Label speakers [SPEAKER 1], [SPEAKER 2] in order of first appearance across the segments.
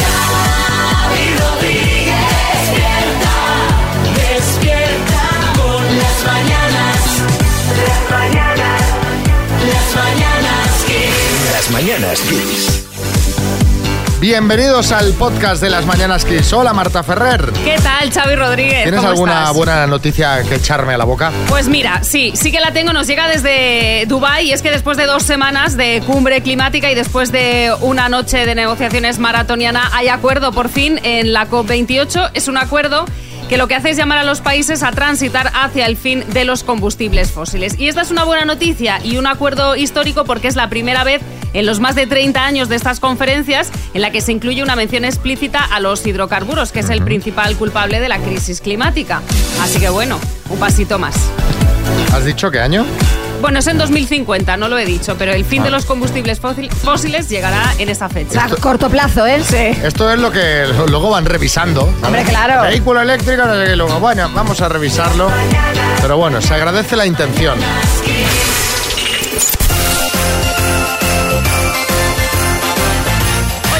[SPEAKER 1] Xavi Rodríguez, despierta, despierta con las mañanas, las mañanas, las mañanas Kiss.
[SPEAKER 2] Las mañanas Kiss.
[SPEAKER 3] Bienvenidos al podcast de las mañanas que Hola Marta Ferrer.
[SPEAKER 4] ¿Qué tal, Xavi Rodríguez?
[SPEAKER 3] ¿Tienes
[SPEAKER 4] ¿Cómo
[SPEAKER 3] alguna
[SPEAKER 4] estás?
[SPEAKER 3] buena noticia que echarme a la boca?
[SPEAKER 4] Pues mira, sí, sí que la tengo, nos llega desde Dubái y es que después de dos semanas de cumbre climática y después de una noche de negociaciones maratoniana hay acuerdo por fin en la COP28, es un acuerdo que lo que hace es llamar a los países a transitar hacia el fin de los combustibles fósiles. Y esta es una buena noticia y un acuerdo histórico porque es la primera vez en los más de 30 años de estas conferencias en la que se incluye una mención explícita a los hidrocarburos, que es el principal culpable de la crisis climática. Así que bueno, un pasito más.
[SPEAKER 3] ¿Has dicho qué año?
[SPEAKER 4] Bueno, es en 2050, no lo he dicho, pero el fin de los combustibles fósil- fósiles llegará en esa fecha.
[SPEAKER 5] A corto plazo, ¿eh?
[SPEAKER 4] Sí.
[SPEAKER 3] Esto es lo que lo- luego van revisando. ¿sabes?
[SPEAKER 5] Hombre, claro.
[SPEAKER 3] Vehículo eléctrico, no sé qué, y luego, bueno, vamos a revisarlo. Pero bueno, se agradece la intención.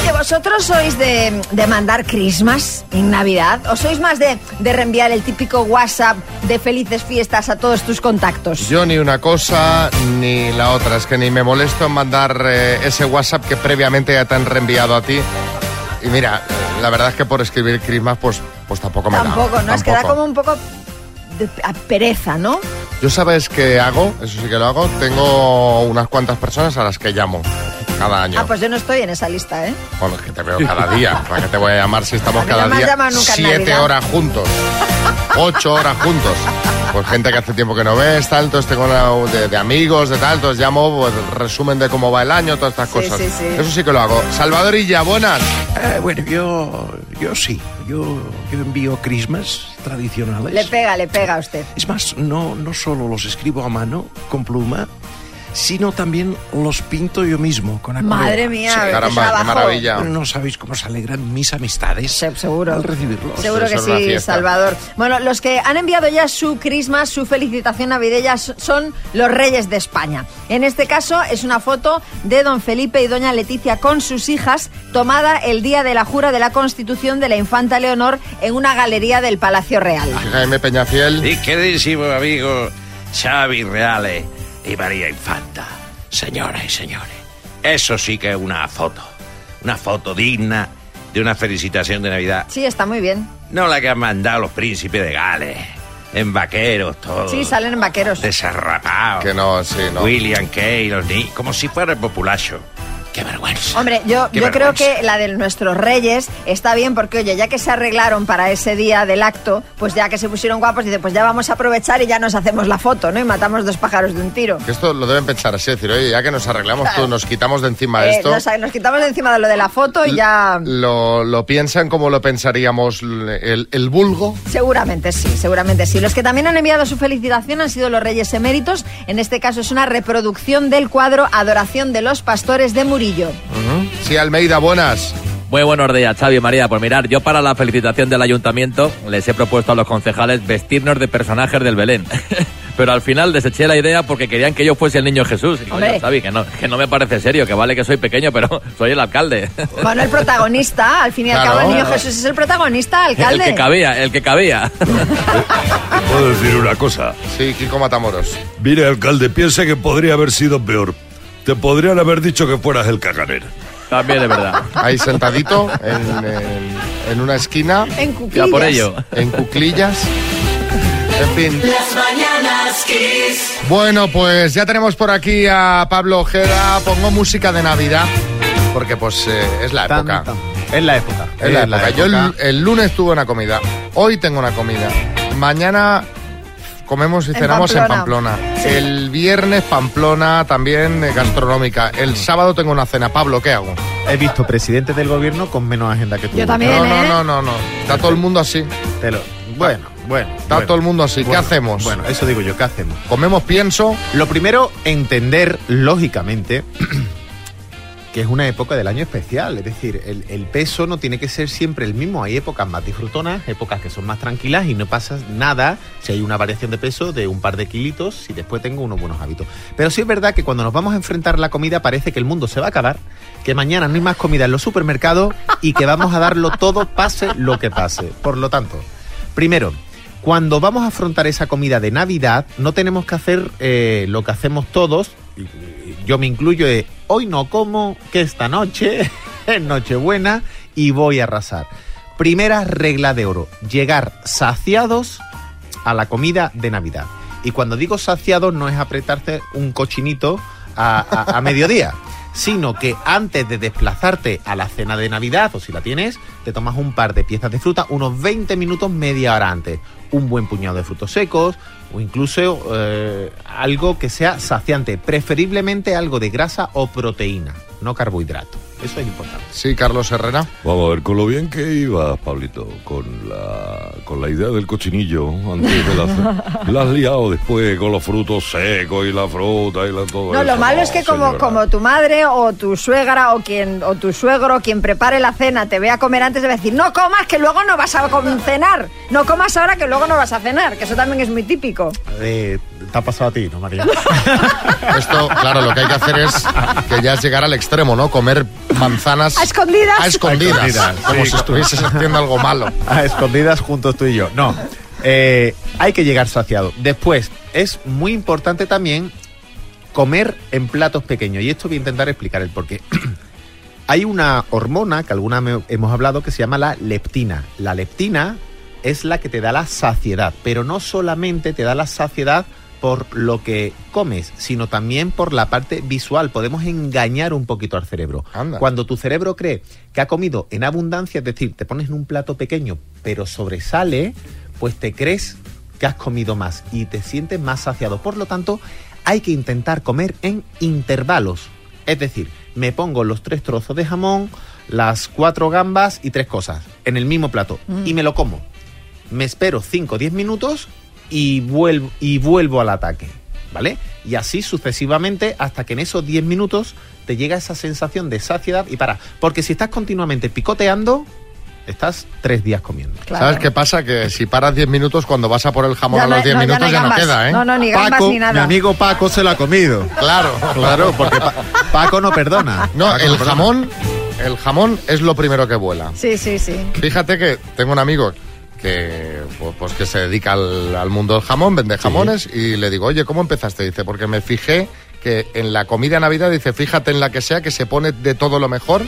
[SPEAKER 5] Oye, ¿vosotros sois de, de mandar Christmas en Navidad? ¿O sois más de, de reenviar el típico WhatsApp de felices fiestas a todos tus contactos?
[SPEAKER 3] Yo ni una cosa ni la otra. Es que ni me molesto en mandar eh, ese WhatsApp que previamente ya te han reenviado a ti. Y mira, eh, la verdad es que por escribir Christmas, pues, pues tampoco me da.
[SPEAKER 5] Tampoco, ¿no? Es que da
[SPEAKER 3] Tampoco.
[SPEAKER 5] como un poco de a pereza, ¿no?
[SPEAKER 3] Yo sabes que hago, eso sí que lo hago, tengo unas cuantas personas a las que llamo cada año.
[SPEAKER 5] Ah, pues yo no estoy en esa lista, ¿eh?
[SPEAKER 3] Bueno, es que te veo cada día, ¿para qué te voy a llamar si
[SPEAKER 5] A
[SPEAKER 3] estamos
[SPEAKER 5] mí
[SPEAKER 3] cada
[SPEAKER 5] no me has
[SPEAKER 3] día
[SPEAKER 5] llamado nunca en
[SPEAKER 3] siete
[SPEAKER 5] Navidad.
[SPEAKER 3] horas juntos, ocho horas juntos? Pues gente que hace tiempo que no ves, tal, entonces tengo una- de, de amigos, de tal, entonces llamo, pues, resumen de cómo va el año, todas estas
[SPEAKER 5] Sí,
[SPEAKER 3] cosas.
[SPEAKER 5] sí, sí.
[SPEAKER 3] Eso sí que lo hago. Salvador Illa, buenas.
[SPEAKER 2] Eh, bueno, yo, yo sí. Yo, yo envío crismas
[SPEAKER 6] Pues
[SPEAKER 2] tradicionales.
[SPEAKER 5] Le pega, le pega a usted.
[SPEAKER 2] Es más, no, no solo los escribo a mano, con pluma, sino también los pinto yo mismo con acuarela.
[SPEAKER 5] Madre mía,
[SPEAKER 2] Sí.
[SPEAKER 5] qué
[SPEAKER 3] Caramba, qué
[SPEAKER 5] trabajo.
[SPEAKER 3] maravilla.
[SPEAKER 2] Pero no sabéis cómo se alegran mis amistades
[SPEAKER 5] Se- seguro.
[SPEAKER 2] al recibirlos.
[SPEAKER 5] Seguro
[SPEAKER 3] Eso
[SPEAKER 5] que
[SPEAKER 3] es una
[SPEAKER 5] sí,
[SPEAKER 3] fiesta.
[SPEAKER 5] Salvador. Bueno, los que han enviado ya su Christmas, su felicitación navideña, s- son los reyes de España. En este caso es una foto de don Felipe y doña Leticia con sus hijas, tomada el día de la jura de la Constitución de la Infanta Leonor en una galería del Palacio Real.
[SPEAKER 3] Jaime Peñafiel.
[SPEAKER 6] Mi queridísimo amigo Xavi Reale y María Infanta, señoras y señores, eso sí que es una foto, una foto digna de una felicitación de Navidad,
[SPEAKER 5] Sí, está muy bien.
[SPEAKER 6] no la que han mandado los príncipes de Gales, en vaqueros todos,
[SPEAKER 5] Sí, salen en vaqueros.
[SPEAKER 6] desarrapados,
[SPEAKER 3] Que no, sí, no.
[SPEAKER 6] William Kay, los ni- como si fuera el populacho, qué vergüenza.
[SPEAKER 5] Hombre, yo,
[SPEAKER 6] Qué
[SPEAKER 5] yo creo
[SPEAKER 6] vergüenza.
[SPEAKER 5] que la de nuestros reyes está bien porque, oye, ya que se arreglaron para ese día del acto, pues ya que se pusieron guapos, dice, pues ya vamos a aprovechar y ya nos hacemos la foto, ¿no? Y matamos dos pájaros de un tiro.
[SPEAKER 3] Que esto lo deben pensar así, decir, oye, ya que nos arreglamos
[SPEAKER 5] Claro.
[SPEAKER 3] tú, nos quitamos de encima
[SPEAKER 5] Eh,
[SPEAKER 3] esto.
[SPEAKER 5] nos, nos quitamos de encima de lo de la foto y ya...
[SPEAKER 3] Lo, lo piensan como lo pensaríamos el, el vulgo.
[SPEAKER 5] Seguramente sí, seguramente sí. Los que también han enviado su felicitación han sido los Reyes Eméritos. En este caso es una reproducción del cuadro Adoración de los Pastores de Murillo.
[SPEAKER 3] Sí, Almeida, buenas.
[SPEAKER 7] Muy buenos días, Xavi y María. Pues mirar, yo para la felicitación del ayuntamiento les he propuesto a los concejales vestirnos de personajes del Belén. Pero al final deseché la idea porque querían que yo fuese el niño Jesús. Y digo,
[SPEAKER 5] Hombre.
[SPEAKER 7] "Ya, Xavi, que no, que no me parece serio, que vale que soy pequeño, pero soy el alcalde.
[SPEAKER 5] Bueno, el protagonista, al fin y al
[SPEAKER 3] Claro.
[SPEAKER 5] cabo, el niño Jesús es el protagonista,
[SPEAKER 7] El
[SPEAKER 5] alcalde.
[SPEAKER 7] que cabía, el que cabía.
[SPEAKER 8] Puedo decir una cosa.
[SPEAKER 3] Sí, Kiko Matamoros.
[SPEAKER 8] Mire, alcalde, piense que podría haber sido peor. Te podrían haber dicho que fueras el caganero.
[SPEAKER 7] También es verdad.
[SPEAKER 3] Ahí sentadito en, en- en una esquina,
[SPEAKER 5] En
[SPEAKER 7] Ya
[SPEAKER 5] cuclillas.
[SPEAKER 7] por ello.
[SPEAKER 3] en cuclillas. En fin.
[SPEAKER 1] Las mañanas Kiss.
[SPEAKER 3] Bueno, pues ya tenemos por aquí a Pablo Ojeda. Pongo música de Navidad, porque pues eh, es la época.
[SPEAKER 9] Es la época.
[SPEAKER 3] Es la época. Yo el, el lunes tuve una comida, hoy tengo una comida, mañana comemos y
[SPEAKER 5] En
[SPEAKER 3] cenamos en Pamplona.
[SPEAKER 5] Pamplona.
[SPEAKER 3] El viernes Pamplona también eh, gastronómica. El sábado tengo una cena. Pablo, ¿qué hago?
[SPEAKER 9] He visto presidentes del gobierno con menos agenda que tú.
[SPEAKER 5] Yo también.
[SPEAKER 3] No,
[SPEAKER 5] Bien,
[SPEAKER 3] no,
[SPEAKER 5] ¿eh?
[SPEAKER 3] no, no, no. Está todo el mundo así.
[SPEAKER 9] Te lo- Bueno, bueno.
[SPEAKER 3] Está
[SPEAKER 9] bueno.
[SPEAKER 3] todo el mundo así. ¿Qué
[SPEAKER 9] Bueno,
[SPEAKER 3] hacemos?
[SPEAKER 9] Bueno, eso digo yo, ¿qué hacemos?
[SPEAKER 3] Comemos pienso.
[SPEAKER 9] Lo primero, entender lógicamente que es una época del año especial. Es decir, el, el peso no tiene que ser siempre el mismo. Hay épocas más disfrutonas, épocas que son más tranquilas y no pasa nada si hay una variación de peso de un par de kilitos si después tengo unos buenos hábitos. Pero sí es verdad que cuando nos vamos a enfrentar la comida parece que el mundo se va a acabar, que mañana no hay más comida en los supermercados y que vamos a darlo todo pase lo que pase. Por lo tanto, primero, cuando vamos a afrontar esa comida de Navidad, no tenemos que hacer eh, lo que hacemos todos, y- y yo me incluyo, de hoy no como, que esta noche es Nochebuena y voy a arrasar. Primera regla de oro, llegar saciados a la comida de Navidad. Y cuando digo saciados no es apretarte un cochinito a, a- a mediodía, sino que antes de desplazarte a la cena de Navidad, o si la tienes, te tomas un par de piezas de fruta unos 20 minutos, media hora antes. Un buen puñado de frutos secos o incluso eh, algo que sea saciante, preferiblemente algo de grasa o proteína, no carbohidrato. Eso es importante.
[SPEAKER 3] Sí, Carlos Herrera.
[SPEAKER 8] Vamos a ver, con lo bien que ibas, Pablito, con la, con la idea del cochinillo antes de la ce- La has liado después con los frutos secos y la fruta y la todo
[SPEAKER 5] No,
[SPEAKER 8] eso.
[SPEAKER 5] lo malo es que como,
[SPEAKER 8] Pues señora.
[SPEAKER 5] como tu madre o tu suegra o quien o tu suegro quien prepare la cena te vea comer antes de decir no comas que luego no vas a com- cenar, no comas ahora que luego no vas a cenar, que eso también es muy típico.
[SPEAKER 9] Eh, te ha pasado a ti, ¿no, María?
[SPEAKER 3] Esto, claro, lo que hay que hacer es que ya es llegar al extremo, ¿no? Comer manzanas
[SPEAKER 5] A escondidas.
[SPEAKER 3] a escondidas,
[SPEAKER 9] A escondidas,
[SPEAKER 3] como
[SPEAKER 9] sí.
[SPEAKER 3] si estuvieses haciendo algo malo.
[SPEAKER 9] a escondidas juntos tú y yo. No, eh, hay que llegar saciado. Después, es muy importante también comer en platos pequeños. Y esto voy a intentar explicar el porqué. Hay una hormona que alguna me- hemos hablado que se llama la leptina. La leptina es la que te da la saciedad, pero no solamente te da la saciedad por lo que comes, sino también por la parte visual. Podemos engañar un poquito al cerebro.
[SPEAKER 3] Anda.
[SPEAKER 9] Cuando tu cerebro cree que ha comido en abundancia, es decir, te pones en un plato pequeño, pero sobresale, pues te crees que has comido más y te sientes más saciado. Por lo tanto, hay que intentar comer en intervalos. Es decir, me pongo los tres trozos de jamón, las cuatro gambas y tres cosas en el mismo plato y me lo como. Me espero 5 o 10 minutos y vuelvo, y vuelvo al ataque. ¿Vale? Y así sucesivamente hasta que en esos 10 minutos te llega esa sensación de saciedad y para. Porque si estás continuamente picoteando, estás tres días comiendo.
[SPEAKER 5] Claro.
[SPEAKER 3] ¿Sabes qué pasa? Que si paras 10 minutos, cuando vas a por el jamón
[SPEAKER 5] Ya
[SPEAKER 3] a
[SPEAKER 5] no
[SPEAKER 3] los
[SPEAKER 5] hay-
[SPEAKER 3] 10
[SPEAKER 5] no, ya no
[SPEAKER 3] minutos
[SPEAKER 5] hay
[SPEAKER 3] ya no
[SPEAKER 5] gambas.
[SPEAKER 3] queda, ¿eh?
[SPEAKER 5] No, no, ni gambas ni nada.
[SPEAKER 9] mi amigo Paco se lo ha comido.
[SPEAKER 3] Claro,
[SPEAKER 9] Claro, porque Pa- Paco no perdona.
[SPEAKER 3] No,
[SPEAKER 9] Paco
[SPEAKER 3] el
[SPEAKER 9] perdona.
[SPEAKER 3] jamón, el jamón es lo primero que vuela.
[SPEAKER 5] Sí, sí, sí.
[SPEAKER 3] Fíjate que tengo un amigo que pues, pues que se dedica al, al mundo del jamón, vende jamones y le digo, "Oye, ¿cómo empezaste?" Dice, "Porque me fijé que en la comida de Navidad dice, "Fíjate en la que sea que se pone de todo lo mejor,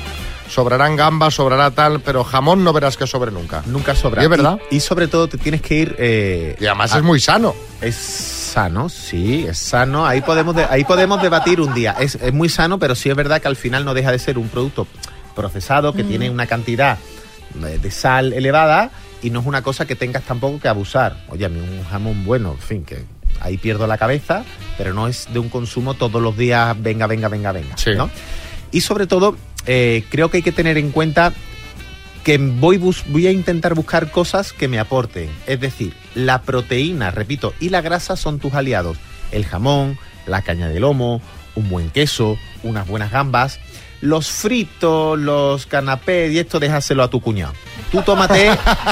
[SPEAKER 3] sobrarán gambas, sobrará tal, pero jamón no verás que sobre nunca."
[SPEAKER 9] Nunca sobra.
[SPEAKER 3] Y es verdad.
[SPEAKER 9] Y, y sobre todo te tienes que ir. eh,
[SPEAKER 3] Y además
[SPEAKER 9] a-
[SPEAKER 3] es muy sano.
[SPEAKER 9] Es sano, sí, es sano. Ahí podemos, de- ahí podemos debatir un día. Es, es muy sano, pero sí es verdad que al final no deja de ser un producto procesado que tiene una cantidad eh, de sal elevada y no es una cosa que tengas tampoco que abusar. Oye, a mí un jamón bueno, en fin, que ahí pierdo la cabeza, pero no es de un consumo todos los días, venga, venga, venga, venga.
[SPEAKER 3] Sí.
[SPEAKER 9] ¿no? Y sobre todo, eh, creo que hay que tener en cuenta que voy, bus- voy a intentar buscar cosas que me aporten. Es decir, la proteína, repito, y la grasa son tus aliados. El jamón, la caña de lomo, un buen queso, unas buenas gambas. Los fritos, los canapés y esto déjaselo a tu cuñado. Tú tómate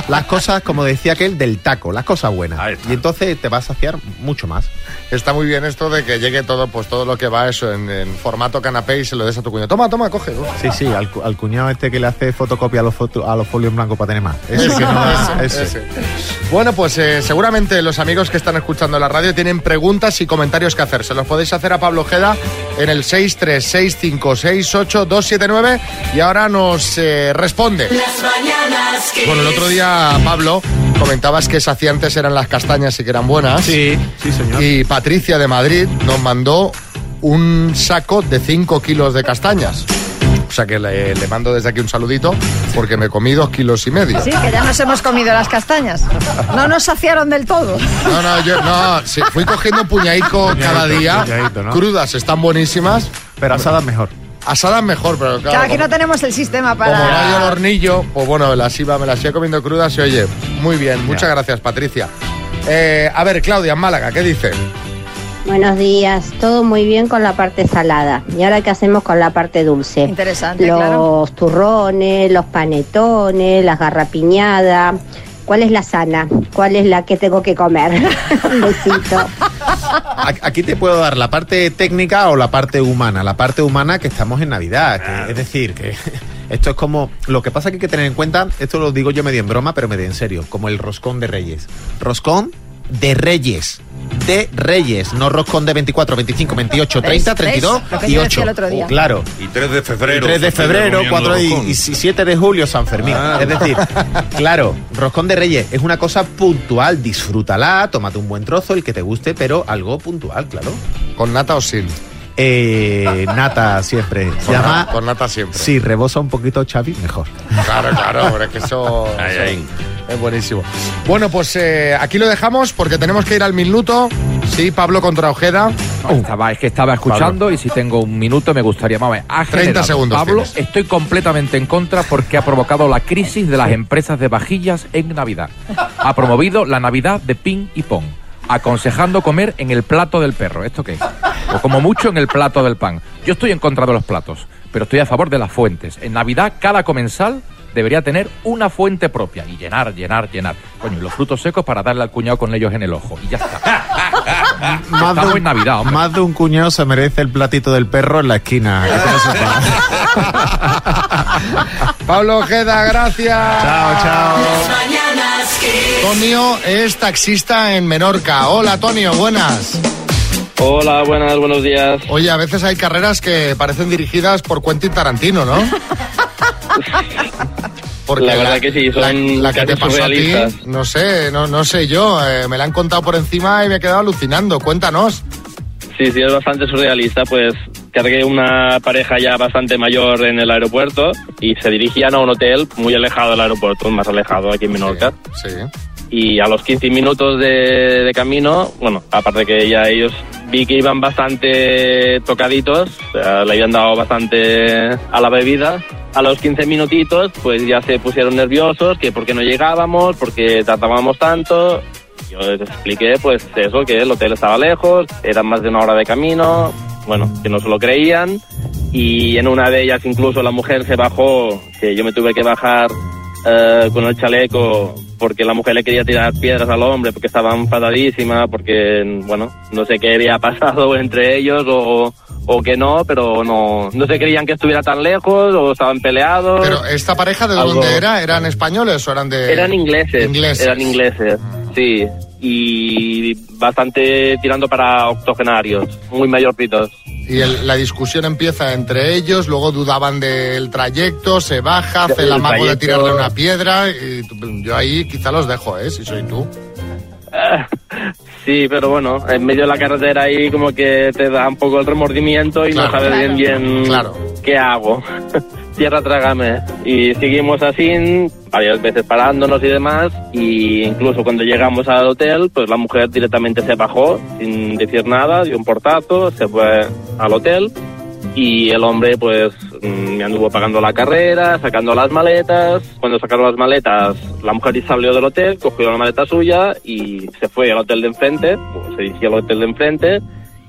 [SPEAKER 9] las cosas, como decía aquel, del taco, las cosas
[SPEAKER 8] Ahí
[SPEAKER 9] buenas.
[SPEAKER 8] está.
[SPEAKER 9] Y entonces te vas a saciar mucho más.
[SPEAKER 3] Está muy bien esto de que llegue todo pues todo lo que va eso en, en formato canapé y se lo des a tu cuñado. Toma, toma, coge. Uf.
[SPEAKER 9] Sí, sí, al, cu- al cuñado este que le hace fotocopia a los, foto- a los folios blancos para tener más. Ese que no- ese.
[SPEAKER 3] Ese. Bueno, pues eh, seguramente los amigos que están escuchando la radio tienen preguntas y comentarios que hacer. Se los podéis hacer a Pablo Ojeda en el 636568279 y ahora nos eh, responde.
[SPEAKER 1] Las mañanas Kiss.
[SPEAKER 3] Bueno, el otro día, Pablo, comentabas que saciantes eran las castañas y que eran buenas.
[SPEAKER 9] Sí, sí, señor.
[SPEAKER 3] Y Patricia de Madrid nos mandó un saco de 5 kilos de castañas. O sea que le, le mando desde aquí un saludito porque me comí dos kilos y medio.
[SPEAKER 5] Sí, que ya nos hemos comido las castañas. No nos saciaron del todo.
[SPEAKER 3] No, no, yo no, sí, fui cogiendo puñadico cada día.
[SPEAKER 9] puñadito, ¿no?
[SPEAKER 3] Crudas están buenísimas,
[SPEAKER 9] Pero asada mejor.
[SPEAKER 3] asadas mejor, pero claro.
[SPEAKER 5] Claro, aquí
[SPEAKER 3] como-
[SPEAKER 5] no tenemos el sistema
[SPEAKER 3] como no hay el
[SPEAKER 5] para...
[SPEAKER 3] hornillo, pues bueno, me las iba, me las iba comiendo crudas y oye, muy bien, muchas gracias Patricia. Eh, a ver, Claudia, en Málaga, ¿qué dice?
[SPEAKER 10] Buenos días, todo muy bien con la parte salada. ¿Y ahora qué hacemos con la parte dulce?
[SPEAKER 5] Interesante,
[SPEAKER 10] los
[SPEAKER 5] claro.
[SPEAKER 10] turrones, los panetones, las garrapiñadas. ¿Cuál es la sana? ¿Cuál es la que tengo que comer? Un besito.
[SPEAKER 9] A- Aquí te puedo dar la parte técnica o la parte humana. La parte humana que estamos en Navidad. que- es decir, que esto es como. Lo que pasa que hay que tener en cuenta, esto lo digo yo medio en broma, pero medio en serio, como el roscón de Reyes. Roscón de Reyes. De Reyes, no roscón de 24, 25, 28,
[SPEAKER 5] ¿Veis?
[SPEAKER 9] 30,
[SPEAKER 5] ¿Veis?
[SPEAKER 9] 32
[SPEAKER 5] Lo que
[SPEAKER 9] y
[SPEAKER 5] yo
[SPEAKER 9] 8.
[SPEAKER 5] decía el otro día.
[SPEAKER 9] claro.
[SPEAKER 6] Y 3 de febrero.
[SPEAKER 9] 3 de
[SPEAKER 6] se sigue
[SPEAKER 9] febrero,
[SPEAKER 6] comiendo
[SPEAKER 9] 4 y,
[SPEAKER 6] roscón.
[SPEAKER 9] y 7 de julio, San Fermín.
[SPEAKER 6] Ah.
[SPEAKER 9] Es decir, claro, roscón de reyes es una cosa puntual. Disfrútala, tómate un buen trozo, el que te guste, pero algo puntual, claro.
[SPEAKER 3] ¿Con nata o sin?
[SPEAKER 9] Eh, nata siempre. Se
[SPEAKER 3] Con,
[SPEAKER 9] llama.
[SPEAKER 3] na- con nata siempre.
[SPEAKER 9] Si rebosa un poquito Xavi, mejor.
[SPEAKER 3] Claro, claro, pero es que eso,
[SPEAKER 6] Ay,
[SPEAKER 3] eso
[SPEAKER 6] ay.
[SPEAKER 3] es buenísimo. Bueno, pues eh, aquí lo dejamos porque tenemos que ir al minuto. Sí, Pablo contra Ojeda.
[SPEAKER 7] Estaba, es que estaba escuchando y si tengo un minuto me gustaría más. Ha
[SPEAKER 3] 30
[SPEAKER 7] generado,
[SPEAKER 3] segundos
[SPEAKER 7] Pablo,
[SPEAKER 3] tienes.
[SPEAKER 7] estoy completamente en contra porque ha provocado la crisis de las empresas de vajillas en Navidad.
[SPEAKER 3] Ah.
[SPEAKER 7] Ha promovido la Navidad de ping y pong, aconsejando comer en el plato del perro. ¿Esto qué es? O como mucho en el plato del pan. Yo estoy en contra de los platos, pero estoy a favor de las fuentes. En Navidad cada comensal debería tener una fuente propia y llenar, llenar, llenar. Coño, y los frutos secos para darle al cuñado con ellos en el ojo. Y ya está.
[SPEAKER 3] Ah,
[SPEAKER 9] Más
[SPEAKER 7] Estamos en Navidad, hombre.
[SPEAKER 9] más de un cuñado se merece el platito del perro en la esquina. que te lo sepa.
[SPEAKER 3] Pablo Ojeda, gracias.
[SPEAKER 9] chao, chao.
[SPEAKER 1] Las mañanas Kiss.
[SPEAKER 3] Antonio es taxista en Menorca. Hola, Antonio, buenas.
[SPEAKER 11] Hola, buenas, buenos días.
[SPEAKER 3] Oye, a veces hay carreras que parecen dirigidas por Quentin Tarantino, ¿no? Porque
[SPEAKER 11] La verdad que sí, son
[SPEAKER 3] la, la que te
[SPEAKER 11] casi
[SPEAKER 3] pasó a ti,
[SPEAKER 11] surrealistas.
[SPEAKER 3] no sé, no, no sé yo, eh, me la han contado por encima y me he quedado alucinando. Cuéntanos.
[SPEAKER 11] Sí, sí, es bastante surrealista, pues cargué una pareja ya bastante mayor en el aeropuerto y se dirigían a un hotel muy alejado del aeropuerto, más alejado aquí en Menorca.
[SPEAKER 3] Sí, sí.
[SPEAKER 11] Y a los 15 minutos de, de camino, bueno, aparte que ya ellos vi que iban bastante tocaditos, o sea, le habían dado bastante a la bebida. A los 15 minutitos, pues ya se pusieron nerviosos, que por qué no llegábamos, porque tardábamos tanto. Yo les expliqué, pues eso, que el hotel estaba lejos, era más de una hora de camino, bueno, que no se lo creían. Y en una de ellas incluso la mujer se bajó, que yo me tuve que bajar eh, con el chaleco porque la mujer le quería tirar piedras al hombre porque estaba enfadadísima, porque, bueno, no sé qué había pasado entre ellos o, o que no, pero no, no se creían que estuviera tan lejos o estaban peleados.
[SPEAKER 3] Pero esta pareja de
[SPEAKER 11] Algo-
[SPEAKER 3] dónde era? ¿Eran españoles o eran de
[SPEAKER 11] Eran ingleses,
[SPEAKER 3] ingleses.
[SPEAKER 11] Eran ingleses, sí. Y bastante tirando para octogenarios, muy mayorcitos.
[SPEAKER 3] Y el- la discusión empieza entre ellos, luego dudaban del trayecto, se baja, hace
[SPEAKER 11] El
[SPEAKER 3] la amago de
[SPEAKER 11] trayecto.
[SPEAKER 3] tirarle una piedra y tú- yo ahí quizá los dejo, ¿eh? Si soy tú.
[SPEAKER 11] Sí, pero bueno, en medio de la carretera ahí como que te da un poco el remordimiento y
[SPEAKER 3] Claro.
[SPEAKER 11] no sabes bien bien
[SPEAKER 3] Claro.
[SPEAKER 11] qué hago. Tierra trágame. Y seguimos así, varias veces parándonos y demás, y incluso cuando llegamos al hotel, pues la mujer directamente se bajó sin decir nada, dio un portazo, se fue al hotel y el hombre pues mm, me anduvo pagando la carrera, sacando las maletas. Cuando sacaron las maletas, la mujer salió del hotel, cogió la maleta suya y se fue al hotel de enfrente, o se dirigió al hotel de enfrente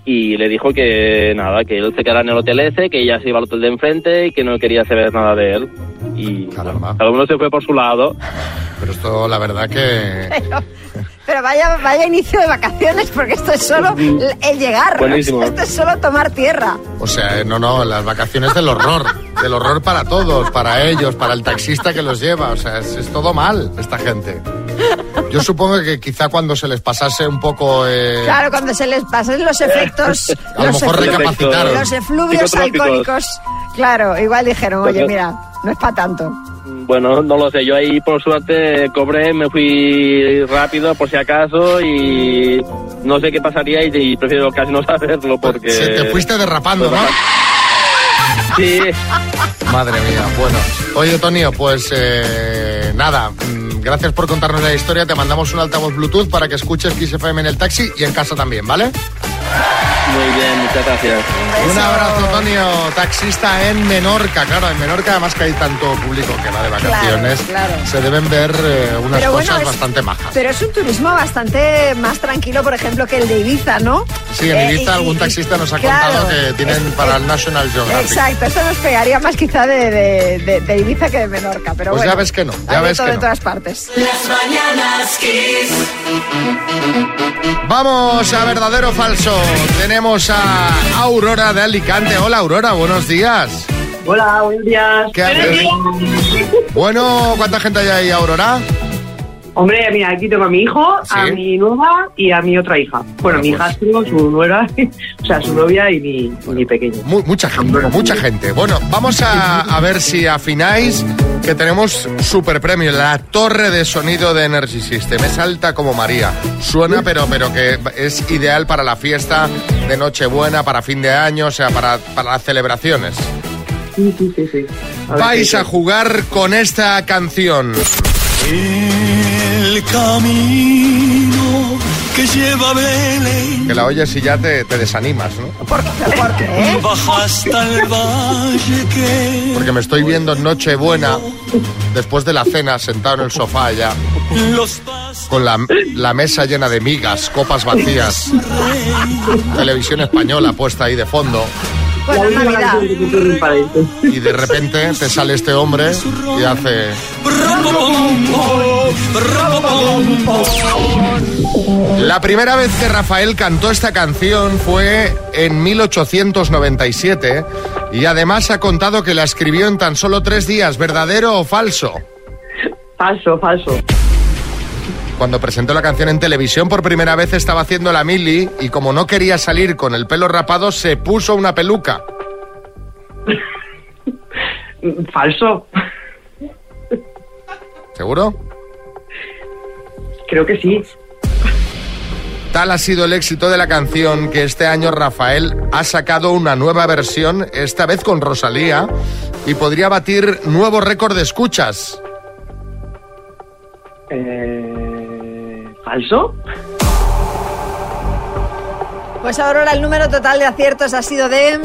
[SPEAKER 11] y le dijo que nada, que él se quedara en el hotel ese, que ella se iba al hotel de enfrente y que no quería saber nada de él. Y
[SPEAKER 3] Caramba.
[SPEAKER 11] bueno, cada uno se fue por su lado.
[SPEAKER 3] Pero esto, la verdad que...
[SPEAKER 5] Pero vaya, vaya inicio de vacaciones, porque esto es solo l- el llegar.
[SPEAKER 11] Buenísimo.
[SPEAKER 5] Esto es solo tomar tierra.
[SPEAKER 3] O sea, eh, no, no, las vacaciones del horror. Del horror para todos, para ellos, para el taxista que los lleva. O sea, es, es todo mal, esta gente. Yo supongo que quizá cuando se les pasase un poco... eh,
[SPEAKER 5] Claro, cuando se les pasen los efectos.
[SPEAKER 3] A lo
[SPEAKER 5] los
[SPEAKER 3] mejor
[SPEAKER 5] efluvios-
[SPEAKER 3] recapacitaron.
[SPEAKER 5] Los efluvios
[SPEAKER 11] Psicotrópicos.
[SPEAKER 5] alcohólicos. Claro, igual dijeron, oye,
[SPEAKER 11] Pues,
[SPEAKER 5] mira, no es para tanto.
[SPEAKER 11] Bueno, no lo sé, yo ahí por suerte cobré, me fui rápido por si acaso y no sé qué pasaría y, y prefiero casi no saberlo porque...
[SPEAKER 3] Se te fuiste derrapando, ¿no?
[SPEAKER 11] Sí,
[SPEAKER 3] Madre mía, bueno. Oye, Tonio, pues eh, nada, mm, gracias por contarnos la historia. Te mandamos un altavoz Bluetooth para que escuches Kiss FM en el taxi y en casa también, ¿vale?
[SPEAKER 11] Muy bien, muchas gracias.
[SPEAKER 3] Un abrazo, Antonio, taxista en Menorca. Claro, en Menorca, además que hay tanto público que va de vacaciones,
[SPEAKER 5] Claro, claro.
[SPEAKER 3] se deben ver eh, unas
[SPEAKER 5] Pero bueno,
[SPEAKER 3] cosas
[SPEAKER 5] es-
[SPEAKER 3] bastante majas.
[SPEAKER 5] Pero es un turismo bastante más tranquilo, por ejemplo, que el de Ibiza, ¿no?
[SPEAKER 3] Sí, en
[SPEAKER 5] Eh,
[SPEAKER 3] Ibiza
[SPEAKER 5] y-
[SPEAKER 3] algún
[SPEAKER 5] y-
[SPEAKER 3] taxista nos ha
[SPEAKER 5] claro.
[SPEAKER 3] contado que tienen para el National Geographic.
[SPEAKER 5] Exacto, esto nos pegaría más quizá de, de- de- de Ibiza que de Menorca, pero
[SPEAKER 3] Pues
[SPEAKER 5] bueno.
[SPEAKER 3] ya ves que no, ya
[SPEAKER 5] hay de
[SPEAKER 3] ves
[SPEAKER 5] todo
[SPEAKER 3] que
[SPEAKER 5] en
[SPEAKER 3] no.
[SPEAKER 5] todas partes.
[SPEAKER 1] Las mañanas kiss.
[SPEAKER 3] Vamos a verdadero o falso. Tenemos a Aurora de Alicante. Hola Aurora, buenos días.
[SPEAKER 12] Hola, buenos días.
[SPEAKER 3] ¿Qué haces? Bueno, ¿cuánta gente hay ahí, Aurora?
[SPEAKER 12] Hombre, mira, aquí tengo a mi hijo, a
[SPEAKER 3] Sí. pues,
[SPEAKER 12] mi nueva y a mi otra hija. Bueno, mi hija tengo su nuera, o sea, su novia y mi, mi pequeño.
[SPEAKER 3] mucha gente, mucha gente. Bueno, vamos a, a ver si afináis que tenemos super premio, la torre de sonido de Energy System. Es alta como María. Suena, pero, pero que es ideal para la fiesta de Nochebuena, para fin de año, o sea, para, para las celebraciones.
[SPEAKER 12] Sí, sí, sí, sí. ver
[SPEAKER 3] Vais
[SPEAKER 12] qué
[SPEAKER 3] a
[SPEAKER 12] tal.
[SPEAKER 3] jugar con esta canción.
[SPEAKER 1] El camino que lleva a Belén
[SPEAKER 3] Que la oyes y ya te, te desanimas, ¿no?
[SPEAKER 1] baja hasta el valle que
[SPEAKER 3] Porque me estoy viendo Nochebuena, después de la cena, sentado en el sofá ya,
[SPEAKER 1] los pasos
[SPEAKER 3] con la, la mesa llena de migas, copas vacías, televisión española puesta ahí de fondo,
[SPEAKER 5] Con la Navidad.
[SPEAKER 3] y de repente te sale este hombre y hace... La primera vez que Rafael cantó esta canción fue en 1897 y además ha contado que la escribió en tan solo tres días, ¿verdadero o falso?
[SPEAKER 12] Falso, falso.
[SPEAKER 3] Cuando presentó la canción en televisión por primera vez estaba haciendo la mili y como no quería salir con el pelo rapado se puso una peluca.
[SPEAKER 12] Falso.
[SPEAKER 3] ¿Seguro?
[SPEAKER 12] Creo que sí.
[SPEAKER 3] Tal ha sido el éxito de la canción que este año Rafael ha sacado una nueva versión, esta vez con Rosalía, y podría batir nuevo récord de escuchas.
[SPEAKER 12] Eh, ¿Falso?
[SPEAKER 5] Pues Aurora, el número total de aciertos ha sido de...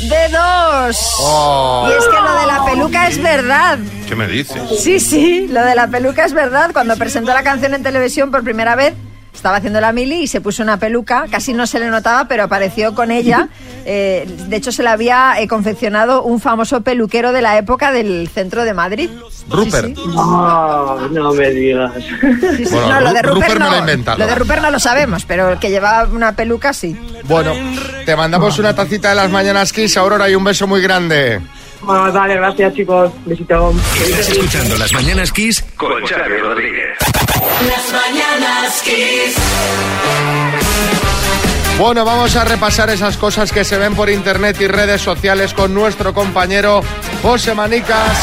[SPEAKER 5] De dos.
[SPEAKER 3] Oh.
[SPEAKER 5] Y es que lo de la peluca es verdad.
[SPEAKER 6] ¿Qué me dices?
[SPEAKER 5] Sí, sí, lo de la peluca es verdad. Cuando presentó la canción en televisión por primera vez, estaba haciendo la mili y se puso una peluca. Casi no se le notaba, pero apareció con ella. Eh, de hecho, se la había eh, confeccionado un famoso peluquero de la época del centro de Madrid.
[SPEAKER 3] Rupert.
[SPEAKER 12] No, Ah, no me digas.
[SPEAKER 5] Sí, sí,
[SPEAKER 3] Bueno,
[SPEAKER 5] no, lo de
[SPEAKER 3] Ru- Rupert
[SPEAKER 5] Rupert,
[SPEAKER 3] me
[SPEAKER 5] no,
[SPEAKER 3] lo he inventado.
[SPEAKER 5] lo de Rupert no lo sabemos, pero el que llevaba una peluca sí.
[SPEAKER 3] Bueno, te mandamos una tacita de las mañanas Kiss, Aurora, y un beso muy grande.
[SPEAKER 12] Bueno, vale, gracias chicos. Besito.
[SPEAKER 13] Estás escuchando Las Mañanas Kiss con Xavi Rodríguez.
[SPEAKER 1] Las mañanas kiss.
[SPEAKER 3] Bueno, vamos a repasar esas cosas que se ven por internet y redes sociales con nuestro compañero José Manicas.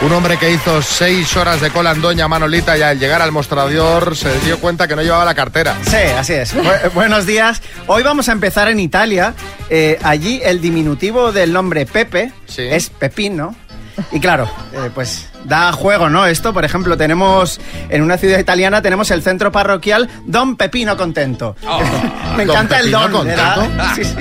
[SPEAKER 3] Un hombre que hizo seis horas de cola en Doña Manolita y al llegar al mostrador se dio cuenta que no llevaba la cartera.
[SPEAKER 14] Sí, así es. Bu- eh, buenos días. Hoy vamos a empezar en Italia. Eh, allí el diminutivo del nombre Pepe es Pepino. Y claro, eh, pues da juego, ¿no? Esto, por ejemplo, tenemos en una ciudad italiana tenemos el centro parroquial Don Pepino Contento. Me
[SPEAKER 3] Ah, Don
[SPEAKER 14] encanta el
[SPEAKER 3] Pepino
[SPEAKER 14] don. le da-
[SPEAKER 3] Contento.
[SPEAKER 14] Sí, sí.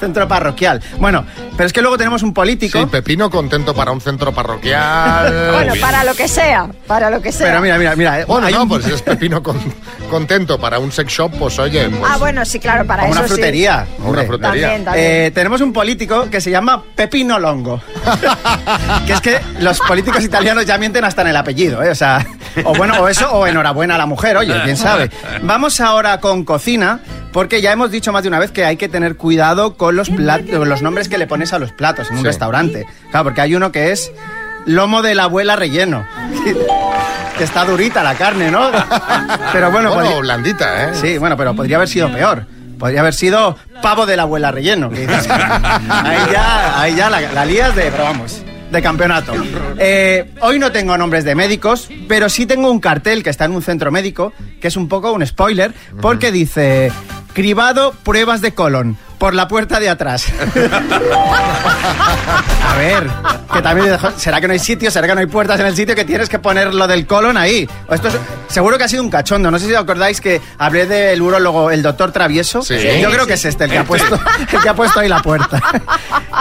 [SPEAKER 14] Centro parroquial. Bueno, pero es que luego tenemos un político.
[SPEAKER 3] Sí, Pepino contento para un centro parroquial.
[SPEAKER 5] Bueno, para lo que sea, para lo que sea.
[SPEAKER 14] Pero mira, mira, eh. mira.
[SPEAKER 3] Bueno, no, pues si es Pepino con- contento para un sex shop, pues oye, pues,
[SPEAKER 5] Ah, bueno, sí, claro, para
[SPEAKER 14] O
[SPEAKER 5] eso
[SPEAKER 14] una frutería.
[SPEAKER 3] a una frutería.
[SPEAKER 5] También, también.
[SPEAKER 14] Eh, tenemos un político que se llama Pepino Longo. que es que los políticos italianos ya mienten hasta en el apellido, ¿eh? O sea, o bueno, o eso, o enhorabuena a la mujer, oye, quién sabe. Vamos ahora con cocina, porque ya hemos dicho más de una vez que hay que tener cuidado con los, plat- con los nombres que le pones a los platos en un
[SPEAKER 15] Sí.
[SPEAKER 14] restaurante. Claro, porque hay uno que es lomo de la abuela relleno. que está durita la carne, ¿no? Pero bueno,
[SPEAKER 3] Bueno,
[SPEAKER 14] blandita, ¿eh? Sí, bueno, pero podría haber sido peor. Podría haber sido pavo de la abuela relleno. que dices, ahí ya, ahí ya la, la lías de, pero vamos, de campeonato. Eh, hoy no tengo nombres de médicos, pero sí tengo un cartel que está en un centro médico, que es un poco un spoiler, porque dice, cribado pruebas de colon. por la puerta de atrás. A ver, que también será que no hay sitio, será que no hay puertas en el sitio que tienes que poner lo del colon ahí. O Esto es- seguro que ha sido un cachondo. No sé si os acordáis que hablé del urólogo, el doctor Travieso.
[SPEAKER 3] Sí.
[SPEAKER 14] Yo creo
[SPEAKER 3] Sí.
[SPEAKER 14] que es este el que ha puesto, el que ha puesto ahí la puerta.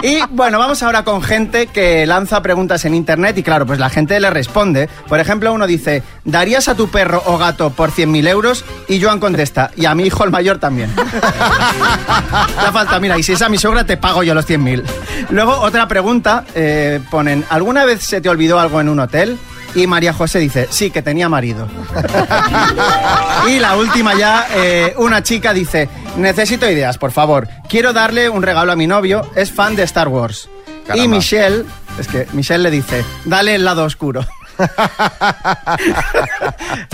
[SPEAKER 14] Y bueno, vamos ahora con gente que lanza preguntas en internet y claro, pues la gente le responde. Por ejemplo, uno dice, ¿darías a tu perro o gato por 100.000 euros? Y Joan contesta, y a mi hijo el mayor también. Ya falta, mira, y si es a mi sogra te pago yo los 100.000. Luego otra pregunta, eh, ponen, ¿alguna vez se te olvidó algo en un hotel? Y María José dice, sí, que tenía marido. y la última ya, eh, una chica dice, necesito ideas, por favor. Quiero darle un regalo a mi novio, es fan de Star Wars. Y
[SPEAKER 3] Caramba.
[SPEAKER 14] Michelle, es que Michelle le dice, dale el lado oscuro.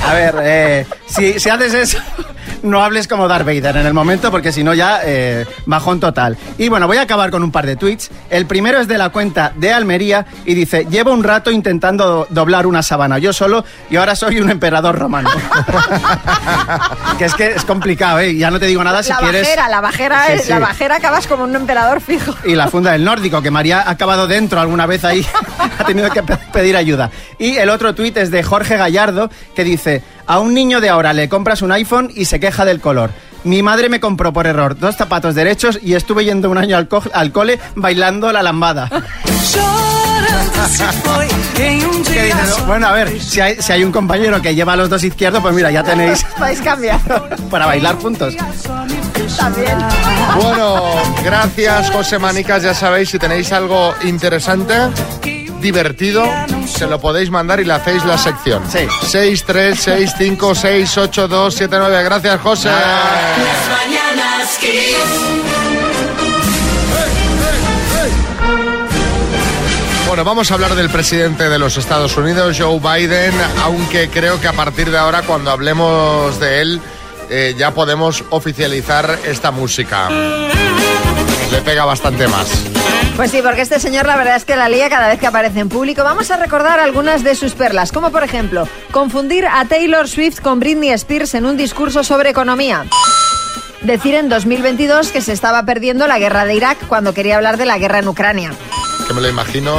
[SPEAKER 14] A ver, eh, si, si haces eso, no hables como Darth Vader en el momento, porque si no ya eh, bajón total. Y bueno, voy a acabar con un par de tweets. El primero es de la cuenta de Almería y dice, llevo un rato intentando doblar una sabana yo solo y ahora soy un emperador romano. que es que es complicado, ¿eh? Ya no te digo nada si
[SPEAKER 5] la
[SPEAKER 14] quieres...
[SPEAKER 5] bajera, la bajera,
[SPEAKER 14] Sí,
[SPEAKER 5] es-
[SPEAKER 14] sí.
[SPEAKER 5] la bajera acabas como un emperador fijo.
[SPEAKER 14] Y la funda del nórdico, que María ha acabado dentro alguna vez ahí, ha tenido que pe- pedir ayuda. Y el otro tuit es de Jorge Gallardo, que dice, a un niño de ahora le compras un iPhone y se queja del color. Mi madre me compró por error dos zapatos derechos y estuve yendo un año al, co- al cole bailando la lambada. ¿Qué dices? Bueno, a ver, si hay, si hay un compañero que lleva los dos izquierdos, pues mira, ya tenéis
[SPEAKER 5] Vais cambiando.
[SPEAKER 14] para bailar juntos.
[SPEAKER 5] También.
[SPEAKER 3] Bueno, gracias José Manicas, ya sabéis, si tenéis algo interesante, divertido, se lo podéis mandar y le hacéis la sección. Sí. 6, 3, 6, 5, 6, 8, 2, 7, 9. Gracias José.
[SPEAKER 1] Las mañanas
[SPEAKER 3] Bueno, vamos a hablar del presidente de los Estados Unidos, Joe Biden, aunque creo que a partir de ahora, cuando hablemos de él, eh, ya podemos oficializar esta música. Le pega bastante más.
[SPEAKER 5] Pues sí, porque este señor la verdad es que la lía cada vez que aparece en público. Vamos a recordar algunas de sus perlas, como por ejemplo, confundir a Taylor Swift con Britney Spears en un discurso sobre economía. Decir en 2022 que se estaba perdiendo la guerra de Irak cuando quería hablar de la guerra en Ucrania.
[SPEAKER 3] Que me lo imagino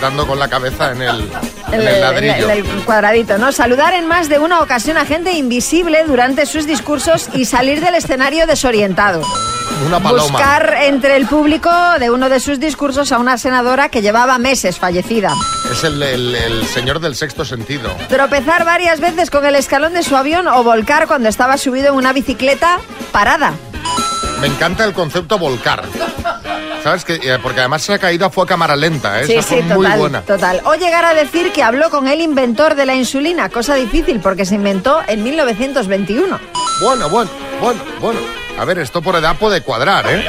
[SPEAKER 3] dando con la cabeza en el, en el ladrillo.
[SPEAKER 5] el- el cuadradito, ¿no? Saludar en más de una ocasión a gente invisible durante sus discursos y salir del escenario desorientado.
[SPEAKER 3] Una paloma.
[SPEAKER 5] Buscar entre el público de uno de sus discursos a una senadora que llevaba meses fallecida.
[SPEAKER 3] Es el, el- el señor del sexto sentido.
[SPEAKER 5] Tropezar varias veces con el escalón de su avión o volcar cuando estaba subido en una bicicleta parada.
[SPEAKER 3] Me encanta el concepto volcar. ¿Sabes qué? Eh, Porque además se ha caído fue a cámara lenta. ¿eh? Esa fue muy
[SPEAKER 5] total,
[SPEAKER 3] buena.
[SPEAKER 5] total. O llegar a decir que habló con el inventor de la insulina, cosa difícil porque se inventó en 1921.
[SPEAKER 3] Bueno, bueno, bueno, bueno. A ver, esto por edad puede cuadrar, ¿eh?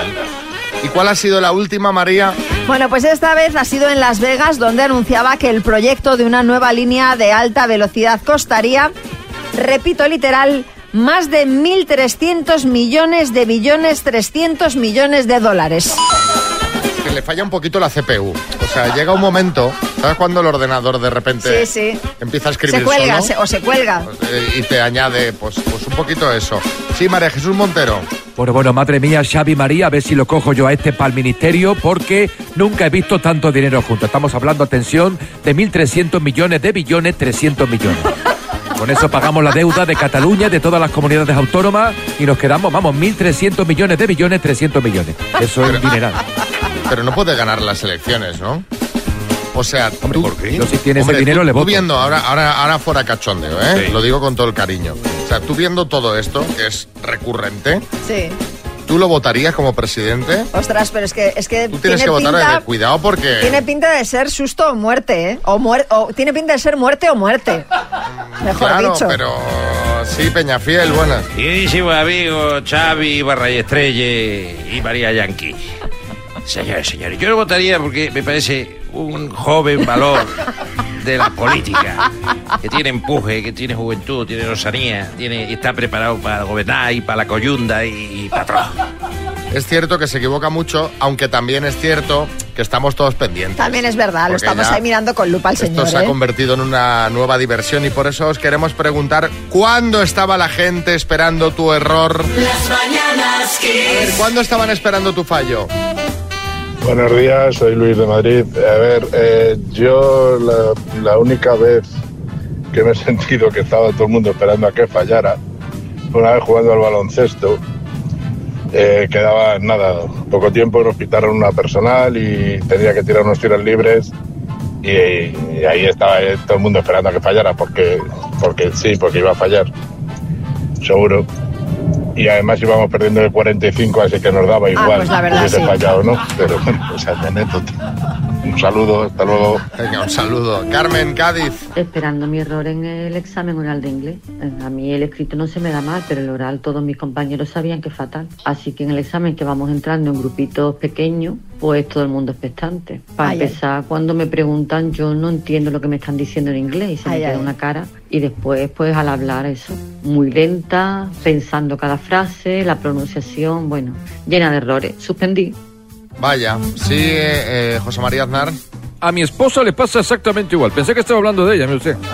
[SPEAKER 3] ¿Y cuál ha sido la última, María?
[SPEAKER 5] Bueno, pues esta vez ha sido en Las Vegas donde anunciaba que el proyecto de una nueva línea de alta velocidad costaría, repito literal, más de 1.300 millones de billones 300 millones de dólares.
[SPEAKER 3] Que le falla un poquito la CPU. O sea, llega un momento, ¿sabes cuando el ordenador de repente
[SPEAKER 5] Sí, sí.
[SPEAKER 3] empieza a escribir
[SPEAKER 5] Se cuelga
[SPEAKER 3] solo?
[SPEAKER 5] se- o se cuelga.
[SPEAKER 3] Eh, Y te añade, pues, pues un poquito eso. Sí, María Jesús Montero.
[SPEAKER 7] Bueno, bueno, madre mía, Xavi María, a ver si lo cojo yo a este para el ministerio, porque nunca he visto tanto dinero junto. Estamos hablando, atención, de 1.300 millones de billones, 300 millones. Con eso pagamos la deuda de Cataluña, de todas las comunidades autónomas, y nos quedamos, vamos, 1.300 millones de billones, 300 millones. Eso es dineral.
[SPEAKER 3] Pero no puede ganar las elecciones, ¿no? O sea, tú,
[SPEAKER 7] Yo si tienes
[SPEAKER 3] Hombre,
[SPEAKER 7] el dinero
[SPEAKER 3] tú-
[SPEAKER 7] le
[SPEAKER 3] tú
[SPEAKER 7] voto.
[SPEAKER 3] viendo, ahora, ahora, ahora fuera cachondeo, ¿eh? Lo digo con todo el cariño. O sea, tú viendo todo esto, que es recurrente,
[SPEAKER 5] Sí.
[SPEAKER 3] ¿tú lo votarías como presidente?
[SPEAKER 5] Ostras, pero es que, es que
[SPEAKER 3] Tú tienes
[SPEAKER 5] tiene
[SPEAKER 3] que votar,
[SPEAKER 5] pinta...
[SPEAKER 3] eh, cuidado porque...
[SPEAKER 5] Tiene pinta de ser susto o muerte, ¿eh? O, muer- o tiene pinta de ser muerte o muerte. Mejor
[SPEAKER 3] Mm, claro,
[SPEAKER 5] dicho.
[SPEAKER 3] pero... Sí, Peñafiel, buenas.
[SPEAKER 6] Queridísimo amigo Xavi Barrayestrelle y María Yankee. Señores, señores, yo lo votaría porque me parece un joven valor de la política. Que tiene empuje, que tiene juventud, tiene rosanía, tiene, está preparado para gobernar y para la coyunda y, y para todo.
[SPEAKER 3] Es cierto que se equivoca mucho, aunque también es cierto que estamos todos pendientes.
[SPEAKER 5] También es verdad, lo
[SPEAKER 3] Porque
[SPEAKER 5] estamos
[SPEAKER 3] ya
[SPEAKER 5] ahí mirando con lupa al
[SPEAKER 3] Esto
[SPEAKER 5] señor.
[SPEAKER 3] se ha
[SPEAKER 5] ¿eh?
[SPEAKER 3] convertido en una nueva diversión y por eso os queremos preguntar cuándo estaba la gente esperando tu error.
[SPEAKER 1] Las mañanas
[SPEAKER 3] A ver, ¿Cuándo estaban esperando tu fallo?
[SPEAKER 15] Buenos días, soy Luis de Madrid. A ver, eh, yo la, la única vez que me he sentido que estaba todo el mundo esperando a que fallara fue una vez jugando al baloncesto. Eh, quedaba nada, poco tiempo, nos quitaron una personal y tenía que tirar unos tiros libres. Y, y ahí estaba eh, todo el mundo esperando a que fallara, porque, porque sí, porque iba a fallar, seguro. Y además íbamos perdiendo de 45, así que nos daba igual
[SPEAKER 5] pues la verdad,
[SPEAKER 15] hubiese
[SPEAKER 5] sí.
[SPEAKER 15] fallado, ¿no? Pero bueno, esa es la anécdota. Un saludo, hasta luego.
[SPEAKER 3] Venga, un saludo. Carmen, Cádiz.
[SPEAKER 16] Esperando mi error en el examen oral de inglés. Eh, A mí el escrito no se me da mal, pero el oral todos mis compañeros sabían que es fatal. Así que en el examen que vamos entrando en grupitos pequeños, pues todo el mundo expectante. Para
[SPEAKER 10] Ay, ay.
[SPEAKER 16] empezar, cuando me preguntan, yo no entiendo lo que me están diciendo en inglés y se
[SPEAKER 10] Ay,
[SPEAKER 16] me queda
[SPEAKER 10] ay.
[SPEAKER 16] una cara. Y después, pues al hablar eso, muy lenta, pensando cada frase, la pronunciación, bueno, llena de errores. Suspendí.
[SPEAKER 3] Vaya, sí, eh, eh, José María Aznar.
[SPEAKER 7] A mi esposa le pasa exactamente igual. Pensé que estaba hablando de ella, mire usted.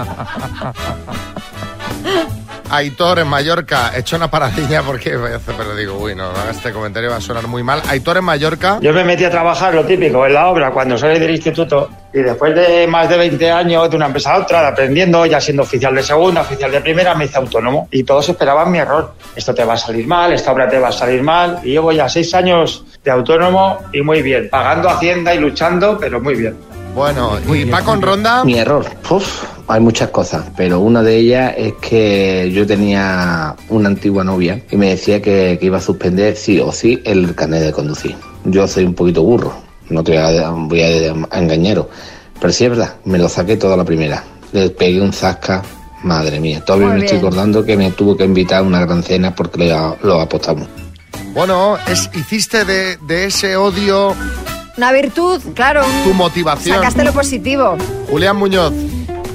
[SPEAKER 3] Aitor en Mallorca, he hecho una paradilla porque, pero digo, uy, no, haga este comentario, va a sonar muy mal. Aitor en Mallorca.
[SPEAKER 17] Yo me metí a trabajar, lo típico, en la obra, cuando salí del instituto. Y después de más de 20 años, de una empresa a otra, aprendiendo, ya siendo oficial de segunda, oficial de primera, me hice autónomo. Y todos esperaban mi error. Esto te va a salir mal, esta obra te va a salir mal. Y llevo ya seis años de autónomo y muy bien. Pagando Hacienda y luchando, pero muy bien.
[SPEAKER 3] Bueno, y Paco en Ronda.
[SPEAKER 18] Mi error. Uf, hay muchas cosas, pero una de ellas es que yo tenía una antigua novia y me decía que, que iba a suspender sí o sí el carnet de conducir. Yo soy un poquito burro, no te voy a, voy a engañaros, pero sí es verdad, me lo saqué toda la primera. Le pegué un zasca, madre mía. Todavía
[SPEAKER 3] Muy
[SPEAKER 18] me estoy
[SPEAKER 3] bien.
[SPEAKER 18] acordando que me tuvo que invitar a una gran cena porque lo, lo apostamos.
[SPEAKER 3] Bueno, es, hiciste de, de ese odio
[SPEAKER 5] Una virtud, claro. un-
[SPEAKER 3] tu motivación.
[SPEAKER 5] Sacaste lo positivo.
[SPEAKER 3] Julián Muñoz.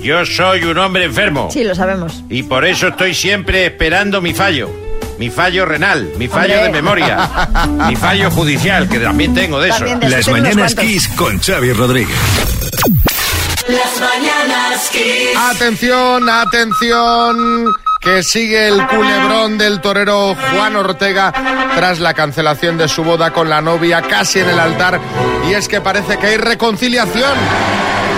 [SPEAKER 6] Yo soy un hombre enfermo.
[SPEAKER 5] Sí, lo sabemos.
[SPEAKER 6] Y por eso estoy siempre esperando mi fallo. Mi fallo renal, mi fallo
[SPEAKER 5] Hombre.
[SPEAKER 6] de memoria, mi fallo judicial, que también tengo de eso.
[SPEAKER 13] También de eso, Las tiene unos mañanas cuantos. Kiss
[SPEAKER 6] con Xavi Rodríguez.
[SPEAKER 1] Las mañanas Kiss.
[SPEAKER 3] Atención, atención, que sigue el culebrón del torero Juan Ortega tras la cancelación de su boda con la novia casi en el altar. Y es que parece que hay reconciliación.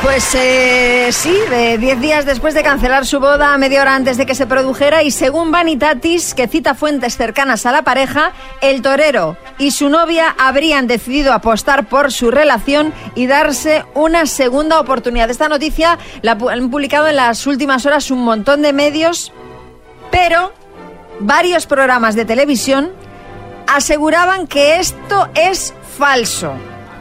[SPEAKER 5] Pues eh, sí, de 10 días después de cancelar su boda, a media hora antes de que se produjera, y según Vanitatis, que cita fuentes cercanas a la pareja, el torero y su novia habrían decidido apostar por su relación y darse una segunda oportunidad. Esta noticia la pu- han publicado en las últimas horas un montón de medios, pero varios programas de televisión aseguraban que esto es falso,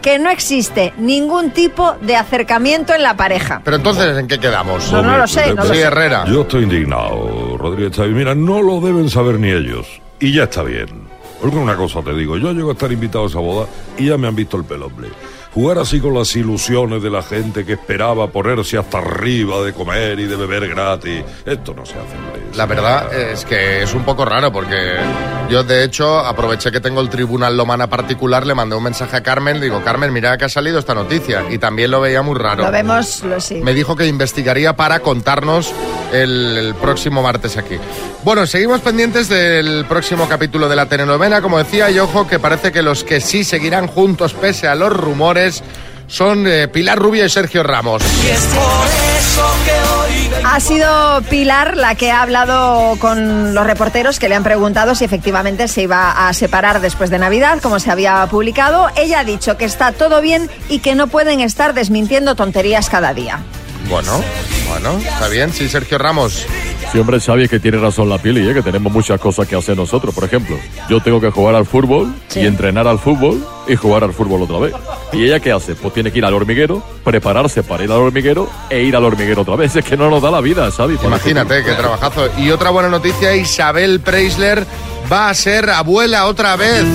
[SPEAKER 5] que no existe ningún tipo de acercamiento en la pareja.
[SPEAKER 3] Pero entonces, ¿en qué quedamos?
[SPEAKER 5] No, no lo sé, no lo
[SPEAKER 3] Sí,
[SPEAKER 5] sé.
[SPEAKER 3] Herrera.
[SPEAKER 8] Yo estoy indignado, Rodríguez Chávez. Mira, no lo deben saber ni ellos. Y ya está bien. Porque una cosa te digo, yo llego a estar invitado a esa boda y ya me han visto el pelombre. Jugar así con las ilusiones de la gente que esperaba ponerse hasta arriba de comer y de beber gratis, esto no se hace. hombre.
[SPEAKER 3] La verdad es que es un poco raro porque Eh, yo de hecho aproveché que tengo el tribunal Lomana particular, le mandé un mensaje a Carmen, digo, Carmen, mira que ha salido esta noticia y también lo veía muy raro.
[SPEAKER 5] Lo vemos, lo sí.
[SPEAKER 3] Me dijo que investigaría para contarnos el, el próximo martes aquí. Bueno, seguimos pendientes del próximo capítulo de la telenovela, como decía, y ojo que parece que los que sí seguirán juntos pese a los rumores son eh, Pilar Rubio y Sergio Ramos.
[SPEAKER 5] Ha sido Pilar la que ha hablado con los reporteros que le han preguntado si efectivamente se iba a separar después de Navidad, como se había publicado. Ella ha dicho que está todo bien y que no pueden estar desmintiendo tonterías cada día.
[SPEAKER 3] Bueno, bueno, está bien, sí, Sergio Ramos.
[SPEAKER 19] Siempre Xavi que tiene razón la Pili, ¿eh? que tenemos muchas cosas que hacer nosotros. Por ejemplo, yo tengo que jugar al fútbol y entrenar al fútbol y jugar al fútbol otra vez. ¿Y ella qué hace? Pues tiene que ir al hormiguero, prepararse para ir al hormiguero e ir al hormiguero otra vez. Es que no nos da la vida, Xavi. para
[SPEAKER 3] Imagínate qué trabajazo. Y otra buena noticia, Isabel Preisler va a ser abuela otra vez.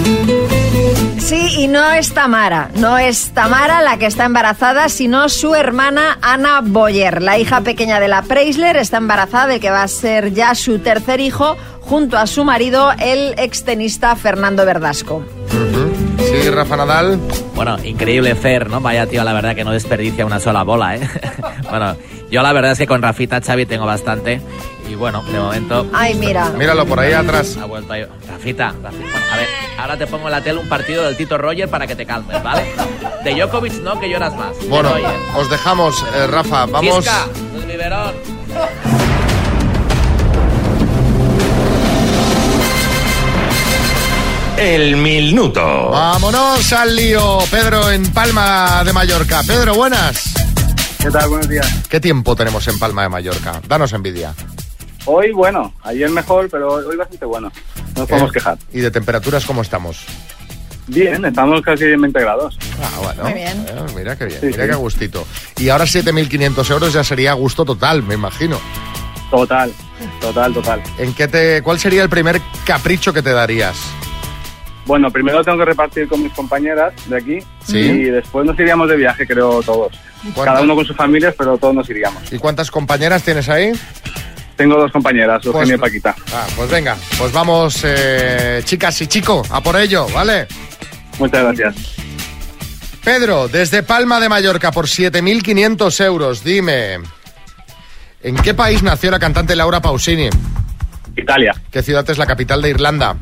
[SPEAKER 5] Sí, y no es Tamara, no es Tamara la que está embarazada, sino su hermana Ana Boyer. La hija pequeña de la Preisler está embarazada del que va a ser ya su tercer hijo, junto a su marido, el extenista Fernando Verdasco.
[SPEAKER 3] Sí, Rafa Nadal.
[SPEAKER 20] Bueno, increíble Fer, ¿no? Vaya tío, la verdad que no desperdicia una sola bola, ¿eh? bueno, yo la verdad es que con Rafita Xavi tengo bastante. Y bueno, de momento...
[SPEAKER 5] Ay, mira.
[SPEAKER 3] Míralo por ahí atrás.
[SPEAKER 20] Ha vuelto ahí. Rafita, Rafita. Bueno, a ver, ahora te pongo en la tele un partido del Tito Roger para que te calmes, ¿vale? De Djokovic no, que lloras más. De
[SPEAKER 3] Bueno,
[SPEAKER 20] Roger.
[SPEAKER 3] os dejamos, eh, Rafa. Vamos.
[SPEAKER 20] Chisca, el biberón.
[SPEAKER 3] El minuto. Vámonos al lío. Pedro en Palma de Mallorca. Pedro, buenas.
[SPEAKER 21] ¿Qué tal? Buenos días.
[SPEAKER 3] ¿Qué tiempo tenemos en Palma de Mallorca? Danos envidia.
[SPEAKER 21] Hoy bueno, ayer mejor, pero hoy bastante bueno. No nos podemos
[SPEAKER 3] Eh,
[SPEAKER 21] quejar.
[SPEAKER 3] ¿Y de temperaturas cómo estamos?
[SPEAKER 21] Bien, estamos casi en 20 grados.
[SPEAKER 3] Ah, bueno.
[SPEAKER 21] Muy bien.
[SPEAKER 3] Eh, mira qué bien,
[SPEAKER 21] Sí,
[SPEAKER 3] mira
[SPEAKER 21] sí.
[SPEAKER 3] qué gustito. Y ahora 7.500 euros ya sería a gusto total, me imagino.
[SPEAKER 21] Total, total, total.
[SPEAKER 3] ¿En qué te, ¿Cuál sería el primer capricho que te darías?
[SPEAKER 21] Bueno, primero tengo que repartir con mis compañeras de aquí
[SPEAKER 3] Sí.
[SPEAKER 21] y después nos iríamos de viaje, creo, todos.
[SPEAKER 3] ¿Cuánto?
[SPEAKER 21] Cada uno con sus familias, pero todos nos iríamos.
[SPEAKER 3] ¿Y cuántas compañeras tienes ahí?
[SPEAKER 21] Tengo dos compañeras, Eugenia
[SPEAKER 3] Pues-
[SPEAKER 21] y Paquita.
[SPEAKER 3] Ah, pues venga, pues vamos, eh, chicas y chicos, a por ello, ¿vale? pues.
[SPEAKER 21] Muchas gracias.
[SPEAKER 3] Pedro, desde Palma de Mallorca, por 7.500 euros, dime, ¿en qué país nació la cantante Laura Pausini?
[SPEAKER 21] Italia.
[SPEAKER 3] ¿Qué ciudad es la capital de Irlanda?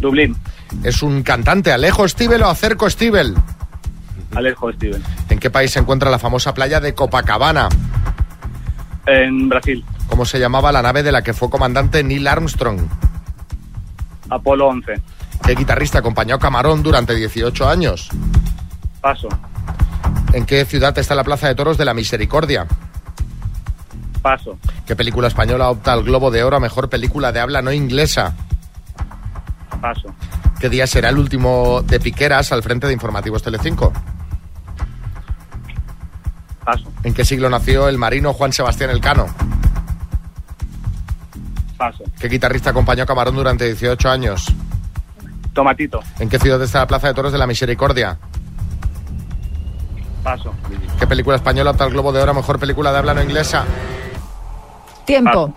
[SPEAKER 21] Dublín.
[SPEAKER 3] ¿Es un cantante Alejo Stivel o Acerco Stivel?
[SPEAKER 21] Alejo, Steven.
[SPEAKER 3] ¿En qué país se encuentra la famosa playa de Copacabana?
[SPEAKER 21] En Brasil,
[SPEAKER 3] ¿Cómo se llamaba la nave de la que fue comandante Neil Armstrong?
[SPEAKER 21] Apolo 11.
[SPEAKER 3] ¿Qué guitarrista acompañó a Camarón durante 18 años?
[SPEAKER 21] Paso.
[SPEAKER 3] ¿En qué ciudad está la Plaza de Toros de la Misericordia?
[SPEAKER 21] Paso.
[SPEAKER 3] ¿Qué película española opta al Globo de Oro a Mejor Película de Habla No Inglesa?
[SPEAKER 21] Paso.
[SPEAKER 3] ¿Qué día será el último de Piqueras al frente de Informativos Telecinco?
[SPEAKER 21] Paso.
[SPEAKER 3] ¿En qué siglo nació el marino Juan Sebastián Elcano?
[SPEAKER 21] Paso.
[SPEAKER 3] ¿Qué guitarrista acompañó a Camarón durante 18 años?
[SPEAKER 21] Tomatito.
[SPEAKER 3] ¿En qué ciudad está la Plaza de Toros de la Misericordia?
[SPEAKER 21] Paso.
[SPEAKER 3] ¿Qué película española opta al Globo de Oro a Mejor Película de Habla No Inglesa? Ah. Mm.
[SPEAKER 5] Tiempo.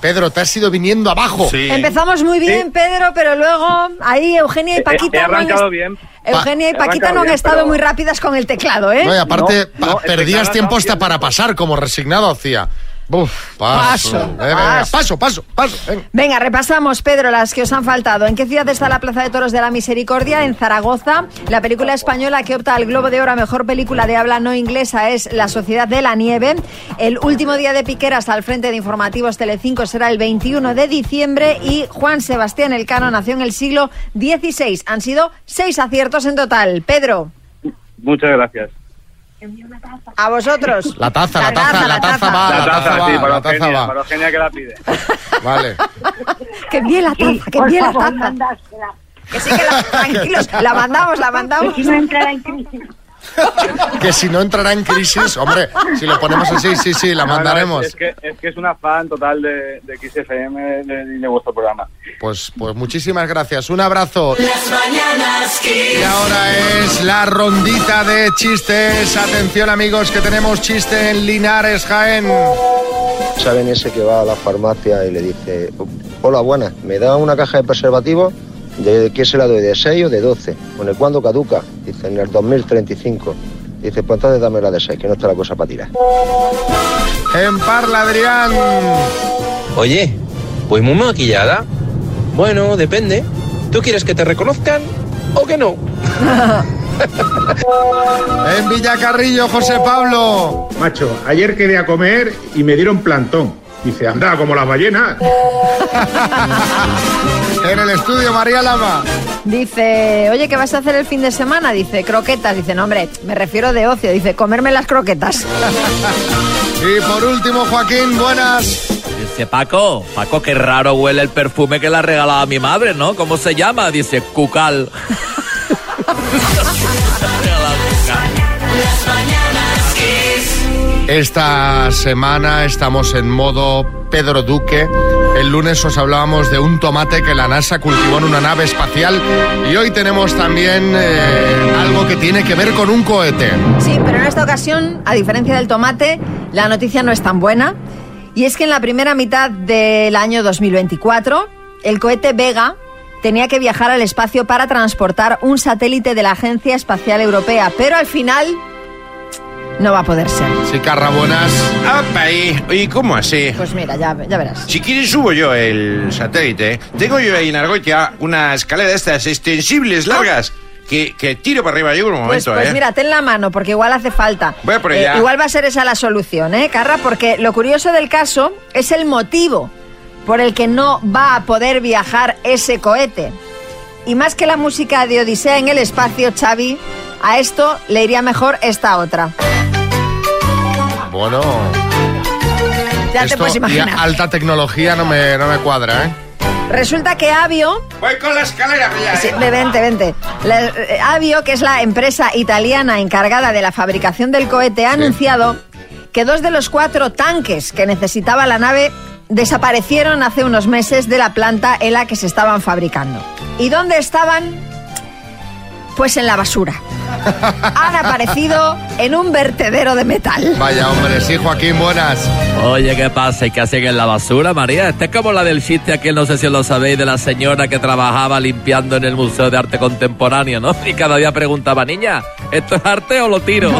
[SPEAKER 3] Pedro, te has ido viniendo abajo.
[SPEAKER 5] Empezamos muy bien, Pedro, pero luego ahí Eugenia y
[SPEAKER 3] He-
[SPEAKER 5] Paquita.
[SPEAKER 3] he
[SPEAKER 5] no han
[SPEAKER 3] arrancado
[SPEAKER 5] est-
[SPEAKER 3] bien.
[SPEAKER 5] Eugenia y
[SPEAKER 3] Pa- he
[SPEAKER 5] Paquita
[SPEAKER 3] arrancado
[SPEAKER 5] no han
[SPEAKER 3] bien,
[SPEAKER 5] estado
[SPEAKER 3] pero-
[SPEAKER 5] muy rápidas con el teclado, ¿eh?
[SPEAKER 3] No, y aparte, pa-
[SPEAKER 5] no,
[SPEAKER 3] perdías
[SPEAKER 5] empezaba
[SPEAKER 3] tiempo hasta para pasar, como resignado hacía. Buf, paso.
[SPEAKER 5] Paso,
[SPEAKER 3] Eh, venga,
[SPEAKER 5] paso.
[SPEAKER 3] paso, paso, paso, venga.
[SPEAKER 5] Venga, repasamos, Pedro, las que os han faltado. ¿En qué ciudad está la Plaza de Toros de la Misericordia? En Zaragoza. La película española que opta al Globo de Oro a Mejor Película de Habla No Inglesa es La Sociedad de la Nieve. El último día de Piqueras al frente de Informativos Telecinco será el 21 de diciembre y Juan Sebastián Elcano nació en el siglo XVI. Han sido seis aciertos en total. Pedro,
[SPEAKER 21] Muchas gracias.
[SPEAKER 5] a vosotros.
[SPEAKER 3] La taza, la taza, la taza, va,
[SPEAKER 21] La
[SPEAKER 3] la
[SPEAKER 21] taza,
[SPEAKER 3] taza
[SPEAKER 21] sí,
[SPEAKER 3] va,
[SPEAKER 21] para
[SPEAKER 3] la taza
[SPEAKER 21] Eugenia,
[SPEAKER 3] va.
[SPEAKER 21] para Eugenia que la pide.
[SPEAKER 3] Vale.
[SPEAKER 5] Que bien la taza, que
[SPEAKER 22] por
[SPEAKER 5] bien la
[SPEAKER 22] favor,
[SPEAKER 5] taza. Que sí, que la, tranquilos, la mandamos, la mandamos.
[SPEAKER 22] Que si no entrara
[SPEAKER 3] Que si no entrará en crisis, hombre, si lo ponemos así, sí, sí, la
[SPEAKER 21] No, no,
[SPEAKER 3] mandaremos.
[SPEAKER 21] es, es que, es que es una fan total de, de XFM y de, de vuestro programa.
[SPEAKER 3] Pues, pues muchísimas gracias, un abrazo.
[SPEAKER 1] mañanas
[SPEAKER 3] Y ahora es la rondita de chistes. Atención amigos, que tenemos chiste en Linares, Jaén.
[SPEAKER 23] ¿Saben ese que va a la farmacia y le dice, hola, buenas, ¿me da una caja de preservativos? ¿De qué se la doy? ¿De 6 o de 12? Bueno, ¿y cuándo caduca? Dice, en el 2035. Dice, pues entonces dame la de 6, que no está la cosa para tirar.
[SPEAKER 3] En Parla, Adrián.
[SPEAKER 24] Oye, pues muy maquillada. Bueno, depende. ¿Tú quieres que te reconozcan o que no?
[SPEAKER 3] En Villacarrillo, José Pablo.
[SPEAKER 25] Macho, ayer quedé a comer y me dieron plantón. Dice, anda, como las ballenas.
[SPEAKER 3] En el estudio, María Lama.
[SPEAKER 5] Dice, oye, ¿qué vas a hacer el fin de semana? Dice, croquetas. Dice, no, hombre, me refiero de ocio. Dice, comerme las croquetas.
[SPEAKER 3] Y por último, Joaquín, buenas.
[SPEAKER 24] Dice Paco, Paco, qué raro huele el perfume que le ha regalado a mi madre, ¿no? ¿Cómo se llama? Dice Cucal.
[SPEAKER 3] Esta semana estamos en modo Pedro Duque. El lunes os hablábamos de un tomate que la NASA cultivó en una nave espacial y hoy tenemos también eh, algo que tiene que ver con un cohete.
[SPEAKER 5] Sí, pero en esta ocasión, a diferencia del tomate, la noticia no es tan buena. Y es que en la primera mitad del año 2024, el cohete Vega tenía que viajar al espacio para transportar un satélite de la Agencia Espacial Europea, pero al final no va a poder ser.
[SPEAKER 3] Sí, carrabonas.
[SPEAKER 6] ¡Apa! ¿Y, y cómo así?
[SPEAKER 5] Pues mira, ya, ya verás.
[SPEAKER 6] Si quieres subo yo el satélite. Tengo yo ahí en Argotia una escalera de estas extensibles, largas, que, que tiro para arriba yo por un
[SPEAKER 5] Pues,
[SPEAKER 6] momento,
[SPEAKER 5] pues
[SPEAKER 6] ¿eh?
[SPEAKER 5] mira, ten la mano, porque igual hace falta. Eh,
[SPEAKER 6] Voy por ella.
[SPEAKER 5] igual va a ser esa la solución, ¿eh, Carra? Porque lo curioso del caso es el motivo por el que no va a poder viajar ese cohete. Y más que la música de Odisea en el espacio, Xavi, a esto le iría mejor esta otra.
[SPEAKER 3] Bueno.
[SPEAKER 5] Ya te
[SPEAKER 3] esto
[SPEAKER 5] puedes
[SPEAKER 3] y
[SPEAKER 5] imaginar.
[SPEAKER 3] alta tecnología no me, no me cuadra, ¿eh?
[SPEAKER 5] Resulta que Avio...
[SPEAKER 6] Voy con la escalera eh. ya,
[SPEAKER 5] Sí, ve- vente, vente. La- eh, Avio, que es la empresa italiana encargada de la fabricación del cohete, ha anunciado que dos de los cuatro tanques que necesitaba la nave desaparecieron hace unos meses de la planta en la que se estaban fabricando. ¿Y dónde estaban? Pues en la basura. Han aparecido en un vertedero de metal.
[SPEAKER 3] Vaya, hombre, sí, Joaquín, buenas.
[SPEAKER 20] Oye, ¿qué pasa? ¿Y qué hacen en la basura, María? Esta es como la del chiste aquel, no sé si lo sabéis, de la señora que trabajaba limpiando en el Museo de Arte Contemporáneo, ¿no? Y cada día preguntaba, niña, ¿esto es arte o lo tiro?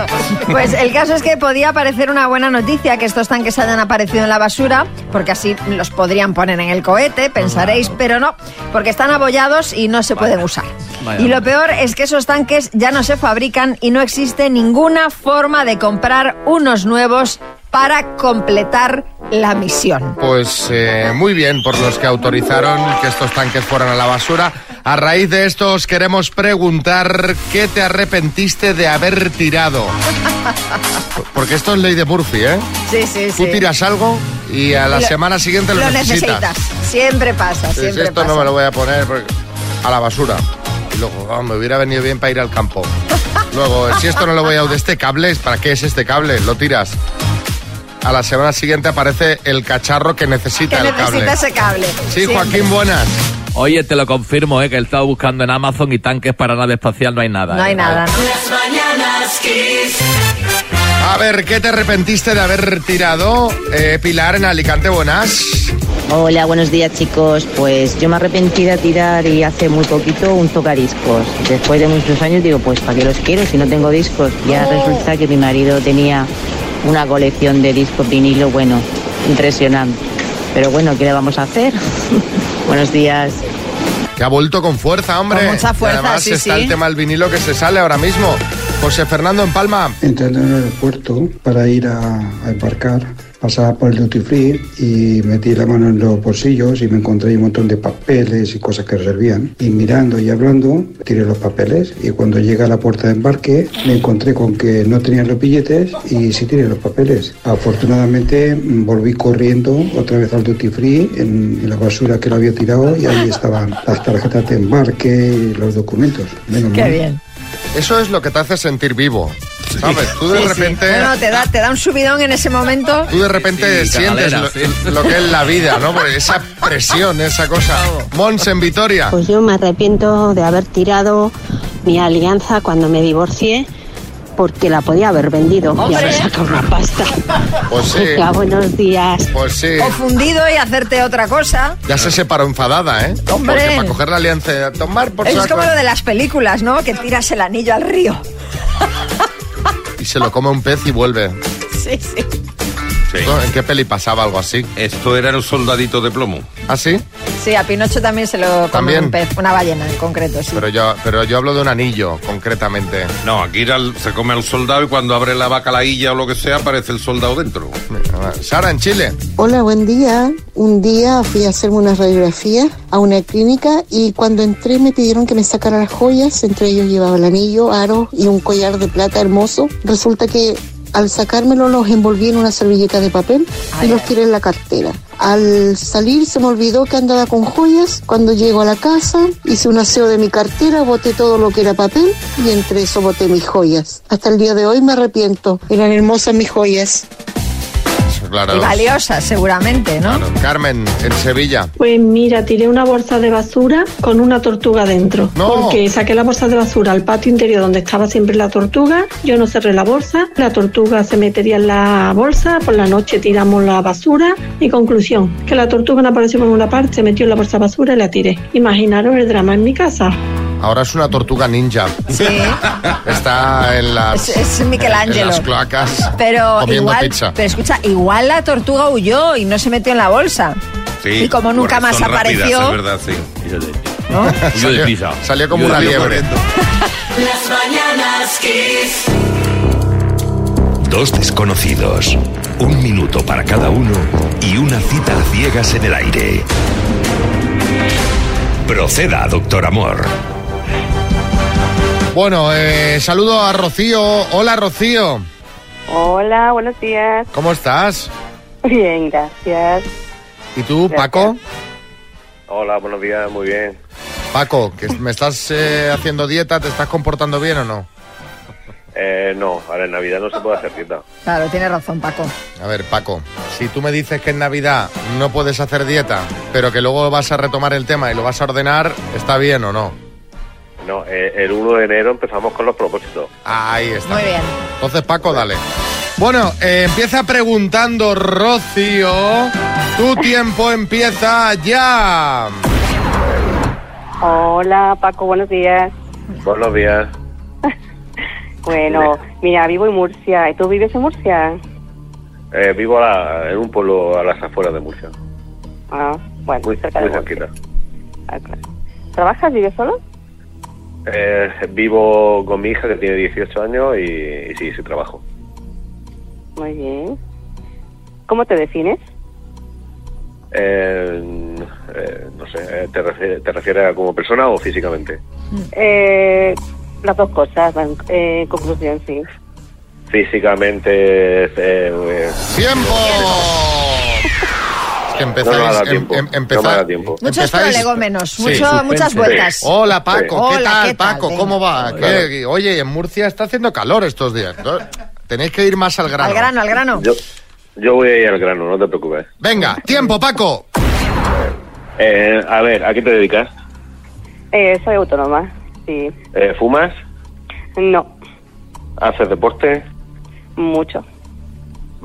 [SPEAKER 5] Pues el caso es que podía parecer una buena noticia que estos tanques hayan aparecido en la basura, porque así los podrían poner en el cohete, pensaréis, pero no, porque están abollados y no se pueden usar.
[SPEAKER 1] Vaya
[SPEAKER 5] Y lo peor es que esos tanques ya no se fabrican y no existe ninguna forma de comprar unos nuevos para completar la misión.
[SPEAKER 3] Pues eh, muy bien por los que autorizaron que estos tanques fueran a la basura. A raíz de esto os queremos preguntar qué te arrepentiste de haber tirado. Porque esto es ley de Murphy, ¿eh?
[SPEAKER 5] Sí, sí, sí.
[SPEAKER 3] Tú tiras algo y a la
[SPEAKER 5] Lo-
[SPEAKER 3] semana siguiente lo, necesitas.
[SPEAKER 5] Siempre pasa,
[SPEAKER 3] Dices,
[SPEAKER 5] siempre
[SPEAKER 3] esto
[SPEAKER 5] pasa.
[SPEAKER 3] no me lo voy a poner porque- a la basura. Y luego, "Ah, me hubiera venido bien para ir al campo. Luego, si esto no lo voy a... Este cable, ¿para qué es este cable? Lo tiras. A la semana siguiente aparece el cacharro que necesita
[SPEAKER 5] Que
[SPEAKER 3] el cable.
[SPEAKER 5] necesita ese cable.
[SPEAKER 3] Sí,
[SPEAKER 5] Siempre.
[SPEAKER 3] Joaquín, buenas.
[SPEAKER 20] Oye, te lo confirmo, ¿eh? Que él estaba buscando en Amazon y tanques para nave espacial no hay nada.
[SPEAKER 5] No
[SPEAKER 20] ¿eh?
[SPEAKER 5] hay nada, ¿no?
[SPEAKER 1] Las mañanas Kiss.
[SPEAKER 3] A ver, ¿qué te arrepentiste de haber tirado? Eh, Pilar, en Alicante, buenas.
[SPEAKER 26] Hola, buenos días chicos. Pues yo me arrepentí de tirar y hace muy poquito un tocadiscos. Después de muchos años digo, pues ¿para qué los quiero si no tengo discos? Ya resulta que mi marido tenía una colección de discos vinilo, bueno, impresionante. Pero bueno, ¿qué le vamos a hacer? buenos días.
[SPEAKER 3] Que ha vuelto con fuerza, hombre.
[SPEAKER 26] Con mucha fuerza,
[SPEAKER 3] Y además
[SPEAKER 26] sí,
[SPEAKER 3] está
[SPEAKER 26] sí.
[SPEAKER 3] el tema del vinilo que se sale ahora mismo. José Fernando, en Palma.
[SPEAKER 27] Entrando en el aeropuerto para ir a, a embarcar, pasaba por el duty free y metí la mano en los bolsillos y me encontré un montón de papeles y cosas que servían. Y mirando y hablando, tiré los papeles y cuando llegué a la puerta de embarque me encontré con que no tenían los billetes y sí tiré los papeles. Afortunadamente mm, volví corriendo otra vez al duty free en, en la basura que lo había tirado y ahí estaban las tarjetas de embarque y los documentos. Menos mal.
[SPEAKER 3] Eso es lo que te hace sentir vivo. ¿Sabes? Tú de
[SPEAKER 5] Sí, sí.
[SPEAKER 3] repente.
[SPEAKER 5] No, no, te da, te da un subidón en ese momento.
[SPEAKER 3] Tú de repente
[SPEAKER 5] Sí, sí,
[SPEAKER 3] sientes lo,
[SPEAKER 5] canalera, sí.
[SPEAKER 3] lo que es la vida, ¿no? Porque esa presión, esa cosa. Mons en Vitoria.
[SPEAKER 12] Pues yo me arrepiento de haber tirado mi alianza cuando me divorcié porque la podía haber vendido y haber sacado una pasta.
[SPEAKER 3] Pues sí.
[SPEAKER 12] Venga, buenos días.
[SPEAKER 3] Pues sí.
[SPEAKER 5] O fundido y hacerte otra cosa.
[SPEAKER 3] Ya se separó enfadada, ¿eh?
[SPEAKER 5] Hombre.
[SPEAKER 3] Porque para coger la alianza, tomar por
[SPEAKER 5] es
[SPEAKER 3] saco eh.
[SPEAKER 5] como lo de las películas, ¿no? Que tiras el anillo al río.
[SPEAKER 3] y se lo come un pez y vuelve.
[SPEAKER 5] Sí, sí.
[SPEAKER 3] ¿No? ¿En qué peli pasaba algo así?
[SPEAKER 6] Esto era un soldadito de plomo.
[SPEAKER 3] ¿Ah, sí?
[SPEAKER 5] Sí, a Pinocho también se lo come
[SPEAKER 3] También.
[SPEAKER 5] un pez, una ballena en concreto, sí.
[SPEAKER 3] Pero yo, pero yo hablo de un anillo, concretamente.
[SPEAKER 6] No, aquí era el- se come al soldado y cuando abre la vaca la guilla o lo que sea, aparece el soldado dentro.
[SPEAKER 3] Sara, en Chile.
[SPEAKER 22] Hola, buen día. Un día fui a hacerme una radiografía a una clínica y cuando entré me pidieron que me sacara las joyas. Entre ellos llevaba el anillo, aro y un collar de plata hermoso. Resulta que al sacármelo los envolví en una servilleta de papel y los tiré en la cartera. Al salir se me olvidó que andaba con joyas. Cuando llego a la casa hice un aseo de mi cartera, boté todo lo que era papel y entre eso boté mis joyas. Hasta el día de hoy me arrepiento. Eran hermosas mis joyas.
[SPEAKER 3] claro.
[SPEAKER 5] Y valiosas, seguramente, ¿no?
[SPEAKER 3] Carmen, en Sevilla.
[SPEAKER 28] Pues mira, tiré una bolsa de basura con una tortuga dentro. Porque saqué la bolsa de basura al patio interior donde estaba siempre la tortuga. Yo no cerré la bolsa. La tortuga se metería en la bolsa. Por la noche tiramos la basura. Y conclusión, que la tortuga no apareció por una parte, se metió en la bolsa de basura y la tiré. Imaginaros el drama en mi casa.
[SPEAKER 3] Ahora es una tortuga ninja.
[SPEAKER 5] Sí.
[SPEAKER 3] Está en las.
[SPEAKER 5] Es- es Michelangelo.
[SPEAKER 3] En las cloacas.
[SPEAKER 5] Pero
[SPEAKER 3] comiendo
[SPEAKER 5] igual,
[SPEAKER 3] pizza.
[SPEAKER 5] pero escucha, igual la tortuga huyó y no se metió en la bolsa.
[SPEAKER 8] Sí,
[SPEAKER 5] y como nunca
[SPEAKER 8] corre-
[SPEAKER 5] más
[SPEAKER 8] son rápidas,
[SPEAKER 5] apareció,
[SPEAKER 8] es verdad, sí.
[SPEAKER 3] Yo de pizza. Salió como una liebre.
[SPEAKER 1] Las mañanas kiss.
[SPEAKER 6] Dos desconocidos, un minuto para cada uno y una cita a ciegas en el aire. Proceda, doctor amor.
[SPEAKER 3] Bueno, eh, saludo a Rocío. Hola, Rocío.
[SPEAKER 12] Hola, buenos días.
[SPEAKER 3] ¿Cómo estás?
[SPEAKER 12] Bien, gracias.
[SPEAKER 3] ¿Y tú, Paco?
[SPEAKER 29] Hola, buenos días, muy bien.
[SPEAKER 3] Paco, que ¿me estás eh, haciendo dieta? ¿Te estás comportando bien o no?
[SPEAKER 29] Eh, no, ahora en Navidad no se puede hacer dieta.
[SPEAKER 5] Claro, tiene razón, Paco.
[SPEAKER 3] A ver, Paco, si tú me dices que en Navidad no puedes hacer dieta, pero que luego vas a retomar el tema y lo vas a ordenar, ¿está bien o no?
[SPEAKER 29] No, eh, el 1 de enero empezamos con los propósitos.
[SPEAKER 3] Ahí está.
[SPEAKER 5] Muy bien.
[SPEAKER 3] Entonces, Paco, dale. Bueno, eh, empieza preguntando, Rocío. Tu tiempo empieza ya.
[SPEAKER 12] Hola, Paco, buenos días.
[SPEAKER 29] Buenos días.
[SPEAKER 12] Bueno, mira, vivo en Murcia. ¿Y tú vives en Murcia?
[SPEAKER 29] Eh, vivo a la- en un pueblo a las afueras de Murcia.
[SPEAKER 12] Ah, bueno,
[SPEAKER 29] muy,
[SPEAKER 12] cerca de
[SPEAKER 29] muy
[SPEAKER 12] Murcia.
[SPEAKER 29] cerquita.
[SPEAKER 12] Ah, claro. ¿Trabajas? ¿Vives solo?
[SPEAKER 29] Eh, vivo con mi hija que tiene 18 años y, y sí, sí trabajo.
[SPEAKER 12] Muy bien. ¿Cómo te defines?
[SPEAKER 29] Eh, eh, no sé, eh, ¿te, refier- ¿te refieres a como persona o físicamente?
[SPEAKER 12] Eh, las dos cosas, en eh, conclusión, sí.
[SPEAKER 29] Físicamente... eh, eh,
[SPEAKER 3] ¡Tiempo! Oh. Es que empezáis,
[SPEAKER 29] No me da
[SPEAKER 3] em-
[SPEAKER 29] tiempo,
[SPEAKER 3] em-
[SPEAKER 29] no me
[SPEAKER 3] empezá-
[SPEAKER 29] da tiempo.
[SPEAKER 5] Muchos
[SPEAKER 3] empezáis-
[SPEAKER 5] prolegómenos,
[SPEAKER 3] Sí.
[SPEAKER 5] mucho- muchas vueltas.
[SPEAKER 3] Hola Paco,
[SPEAKER 5] Sí.
[SPEAKER 3] ¿qué
[SPEAKER 5] Hola,
[SPEAKER 3] tal
[SPEAKER 5] ¿qué tal?
[SPEAKER 3] Paco?
[SPEAKER 5] Venga.
[SPEAKER 3] ¿Cómo va?
[SPEAKER 5] Claro.
[SPEAKER 3] ¿Qué- Oye, en Murcia está haciendo calor estos días. ¿no? Tenéis que ir más al grano.
[SPEAKER 5] Al grano, al grano.
[SPEAKER 29] Yo, yo voy a ir al grano, no te preocupes.
[SPEAKER 3] Venga, tiempo Paco.
[SPEAKER 29] Eh, a ver, ¿a qué te dedicas?
[SPEAKER 12] Eh, soy autónoma, sí.
[SPEAKER 29] Eh, ¿Fumas?
[SPEAKER 12] No,
[SPEAKER 29] ¿Haces deporte?
[SPEAKER 12] mucho.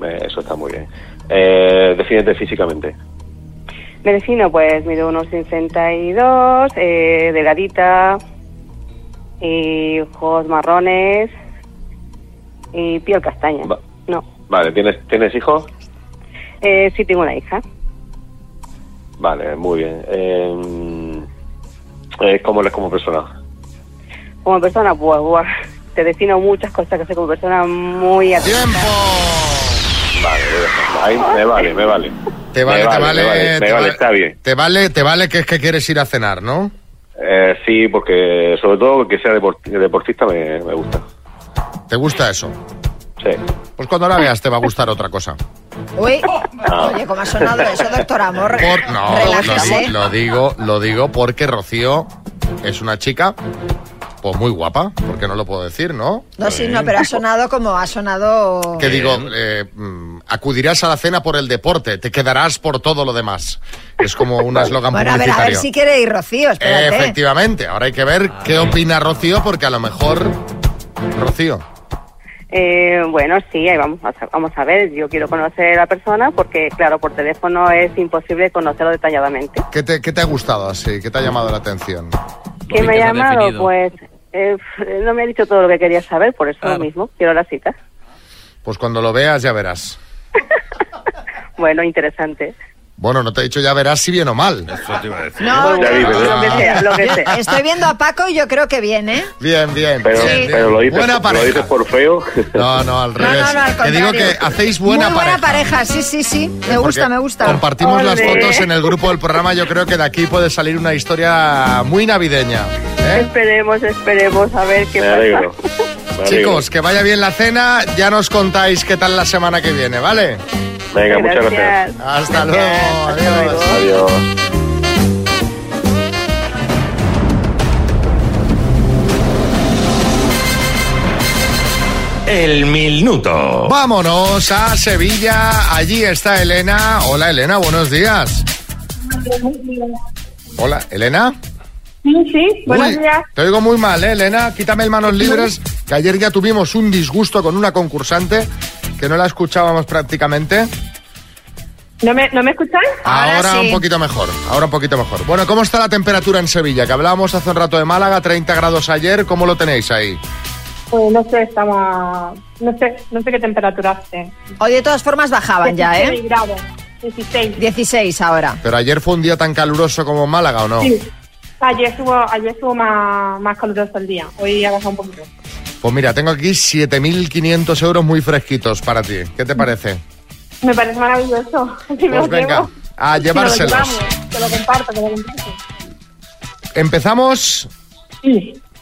[SPEAKER 29] Eh, eso está muy bien. Eh, defínete físicamente.
[SPEAKER 12] Me defino, pues, mido unos 62, eh, delgadita, y ojos marrones, y piel castaña.
[SPEAKER 29] Va-
[SPEAKER 12] No,
[SPEAKER 29] Vale, ¿tienes, ¿tienes hijos?
[SPEAKER 12] eh, sí tengo una hija.
[SPEAKER 29] Vale, muy bien. Eh, eh, ¿Cómo eres como persona?
[SPEAKER 12] Como persona, pues, buah, te defino muchas cosas que soy como persona muy atenta.
[SPEAKER 29] Vale, ahí me vale, me vale.
[SPEAKER 3] Te vale,
[SPEAKER 29] Me
[SPEAKER 3] te vale,
[SPEAKER 29] me vale,
[SPEAKER 3] te
[SPEAKER 29] me
[SPEAKER 3] vale.
[SPEAKER 29] vale, está bien.
[SPEAKER 3] Te vale, te vale que es que quieres ir a cenar, ¿no?
[SPEAKER 29] Eh, sí, porque sobre todo que sea deport- deportista me, me gusta.
[SPEAKER 3] ¿Te gusta eso?
[SPEAKER 29] Sí.
[SPEAKER 3] Pues cuando la veas te va a gustar otra cosa.
[SPEAKER 5] Uy, oye, ¿cómo ha sonado eso, doctor Amor?
[SPEAKER 3] Por- no, lo,
[SPEAKER 5] Relájese.
[SPEAKER 3] di- lo digo, lo digo porque Rocío es una chica, pues muy guapa, porque no lo puedo decir, ¿no?
[SPEAKER 5] No, sí, no, pero ha sonado como ha sonado...
[SPEAKER 3] Que digo, eh, mm, acudirás a la cena por el deporte, te quedarás por todo lo demás. Es como un eslogan
[SPEAKER 5] Bueno, a ver, a ver
[SPEAKER 3] publicitario.
[SPEAKER 5] si quiere ir Rocío, espérate.
[SPEAKER 3] Efectivamente, ahora hay que ver qué opina Rocío, porque a lo mejor. Rocío,
[SPEAKER 12] Eh, bueno, sí, ahí vamos, a- vamos a ver. Yo quiero conocer a la persona porque, claro, por teléfono es imposible conocerlo detalladamente.
[SPEAKER 3] ¿qué te, qué te ha gustado así? ¿Qué te ha llamado la atención?
[SPEAKER 12] ¿Qué me ha
[SPEAKER 3] Ricardo,
[SPEAKER 12] llamado?
[SPEAKER 3] definido.
[SPEAKER 12] Pues eh, no me ha dicho todo lo que quería saber, por eso mismo quiero la cita.
[SPEAKER 3] Pues cuando lo veas ya verás.
[SPEAKER 12] Bueno, interesante.
[SPEAKER 3] Bueno, no te he dicho ya verás si bien o mal.
[SPEAKER 5] No,
[SPEAKER 29] Ya no, vive,
[SPEAKER 5] lo que sea, lo que
[SPEAKER 12] sea.
[SPEAKER 5] Yo Estoy viendo a Paco y yo creo que viene.
[SPEAKER 3] Ah, Bien, bien.
[SPEAKER 29] Pero,
[SPEAKER 5] Sí.
[SPEAKER 29] pero lo, dices,
[SPEAKER 3] Buena
[SPEAKER 29] lo
[SPEAKER 3] pareja.
[SPEAKER 29] dices por feo.
[SPEAKER 3] No, no, al
[SPEAKER 5] No,
[SPEAKER 3] revés.
[SPEAKER 5] no, no, al
[SPEAKER 3] Te digo
[SPEAKER 5] contrario.
[SPEAKER 3] que hacéis buena
[SPEAKER 5] Muy
[SPEAKER 3] pareja.
[SPEAKER 5] buena pareja, sí, sí, sí. Me gusta,
[SPEAKER 3] Porque
[SPEAKER 5] me gusta.
[SPEAKER 3] Compartimos las
[SPEAKER 5] Ole.
[SPEAKER 3] fotos en el grupo del programa. Yo creo que de aquí puede salir una historia muy navideña.
[SPEAKER 12] Esperemos, esperemos a ver qué
[SPEAKER 3] ¿Eh? Me
[SPEAKER 12] pasa.
[SPEAKER 3] alegro. Chicos, que vaya bien la cena. Ya nos contáis qué tal la semana que viene, ¿vale?
[SPEAKER 29] Venga, muchas gracias.
[SPEAKER 3] Hasta luego. Adiós.
[SPEAKER 29] Adiós.
[SPEAKER 13] El minuto.
[SPEAKER 3] Vámonos a Sevilla. Allí está Elena. Hola Elena, buenos días. Hola, Elena.
[SPEAKER 7] Sí, sí, buenos
[SPEAKER 3] Uy,
[SPEAKER 7] días.
[SPEAKER 3] Te oigo muy mal, ¿eh, Elena. Quítame el manos libres, que ayer ya tuvimos un disgusto con una concursante que no la escuchábamos prácticamente.
[SPEAKER 7] ¿No me, no me escucháis?
[SPEAKER 3] Ahora, un poquito mejor, ahora un poquito mejor. Bueno, ¿cómo está la temperatura en Sevilla? Que hablábamos hace un rato de Málaga, 30 grados ayer, ¿cómo lo tenéis ahí?
[SPEAKER 7] Pues no sé, estamos. a- No sé, no sé qué temperatura hace.
[SPEAKER 5] Hoy de todas formas bajaban ya, ¿eh?
[SPEAKER 7] 16 grados. 16.
[SPEAKER 5] 16 ahora.
[SPEAKER 3] Pero ayer fue un día tan caluroso como en Málaga, ¿o no?
[SPEAKER 7] Sí. Ayer estuvo, ayer estuvo más, más caluroso el día. Hoy ha bajado un poquito.
[SPEAKER 3] Pues mira, tengo aquí 7.500 euros muy fresquitos para ti. ¿Qué te parece?
[SPEAKER 7] Me parece maravilloso. Si me
[SPEAKER 3] Pues
[SPEAKER 7] lo
[SPEAKER 3] venga,
[SPEAKER 7] llevo.
[SPEAKER 3] a
[SPEAKER 7] Me lo
[SPEAKER 3] llevárselos.
[SPEAKER 7] llevamos, Te lo comparto, te lo comparto.
[SPEAKER 3] Empezamos.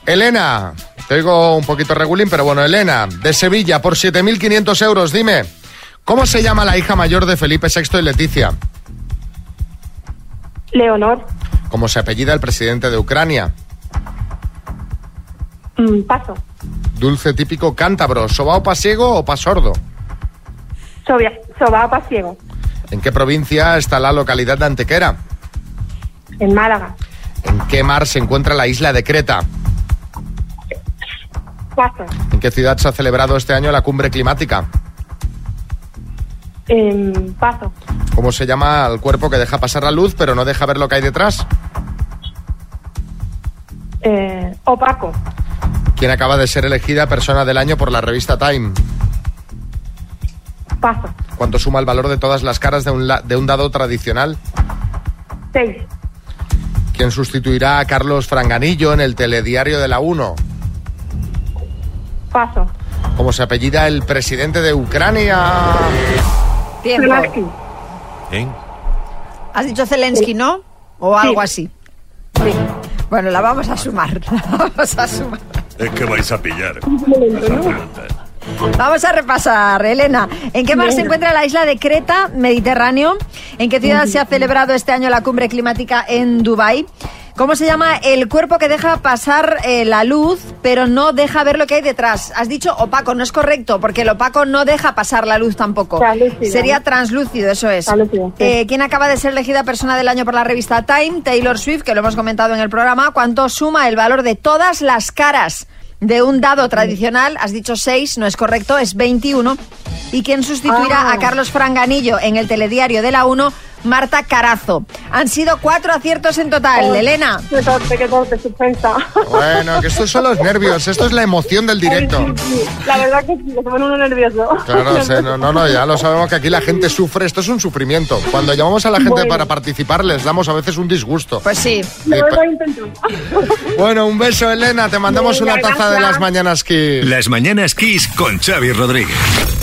[SPEAKER 3] Elena, te oigo un poquito regulín, pero bueno, Elena, de Sevilla, por 7.500 euros, dime, ¿cómo se llama la hija mayor de Felipe VI y Leticia?
[SPEAKER 7] Leonor,
[SPEAKER 3] ¿Cómo se apellida el presidente de Ucrania?
[SPEAKER 7] mm, paso.
[SPEAKER 3] Dulce típico cántabro, ¿sobao pasiego o pasordo?
[SPEAKER 7] Sobia, sobao pasiego.
[SPEAKER 3] ¿En qué provincia está la localidad de Antequera?
[SPEAKER 7] En Málaga.
[SPEAKER 3] ¿En qué mar se encuentra la isla de Creta?
[SPEAKER 7] Paso.
[SPEAKER 3] ¿En qué ciudad se ha celebrado este año la cumbre climática?
[SPEAKER 7] em, paso.
[SPEAKER 3] ¿Cómo se llama el cuerpo que deja pasar la luz pero no deja ver lo que hay detrás?
[SPEAKER 7] Eh, opaco.
[SPEAKER 3] ¿Quién acaba de ser elegida persona del año por la revista Time?
[SPEAKER 7] Paso.
[SPEAKER 3] ¿Cuánto suma el valor de todas las caras de un, la- de un dado tradicional?
[SPEAKER 7] Seis.
[SPEAKER 3] ¿Quién sustituirá a Carlos Franganillo en el telediario de la 1?
[SPEAKER 7] Paso.
[SPEAKER 3] ¿Cómo se apellida el presidente de Ucrania?
[SPEAKER 5] Tiempo.
[SPEAKER 3] ¿Eh?
[SPEAKER 5] pues, Has dicho Zelensky, ¿no? O
[SPEAKER 7] Sí.
[SPEAKER 5] algo así. Bueno, la vamos a sumar. La vamos a sumar.
[SPEAKER 8] Es que vais a pillar.
[SPEAKER 5] Vamos a repasar, Elena. ¿En qué mar se encuentra la isla de Creta, Mediterráneo? ¿En qué ciudad se ha celebrado este año la cumbre climática en Dubái? ¿Cómo se llama el cuerpo que deja pasar eh, la luz, pero no deja ver lo que hay detrás? Has dicho opaco, no es correcto, porque el opaco no deja pasar la luz tampoco.
[SPEAKER 7] Translúcido.
[SPEAKER 5] Sería translúcido, eso es.
[SPEAKER 7] Translúcido, sí.
[SPEAKER 5] Eh, ¿Quién acaba de ser elegida persona del año por la revista Time? Taylor Swift, que lo hemos comentado en el programa. ¿Cuánto suma el valor de todas las caras de un dado tradicional? Has dicho 6, no es correcto, es 21. ¿Y quién sustituirá
[SPEAKER 7] Ah.
[SPEAKER 5] a Carlos Franganillo en el telediario de la 1? Marta Carazo. Han sido cuatro aciertos en total,
[SPEAKER 7] Oh,
[SPEAKER 5] Elena.
[SPEAKER 7] Qué torpe, qué torpe, suspensa.
[SPEAKER 3] Bueno, que estos son los nervios, esto es la emoción del directo.
[SPEAKER 7] La verdad que sí, que se pone uno nervioso.
[SPEAKER 3] Claro, sé, no, no, no, ya lo sabemos que aquí la gente sufre, esto es un sufrimiento. Cuando llamamos a la gente para participar les damos a veces un disgusto.
[SPEAKER 5] Pues sí.
[SPEAKER 7] Lo vuelvo a intentar.
[SPEAKER 3] Bueno, un beso Elena, te mandamos
[SPEAKER 7] Venga,
[SPEAKER 3] una taza de
[SPEAKER 7] gracias.
[SPEAKER 3] las mañanas que...
[SPEAKER 13] Las mañanas Kiss con Xavi Rodríguez.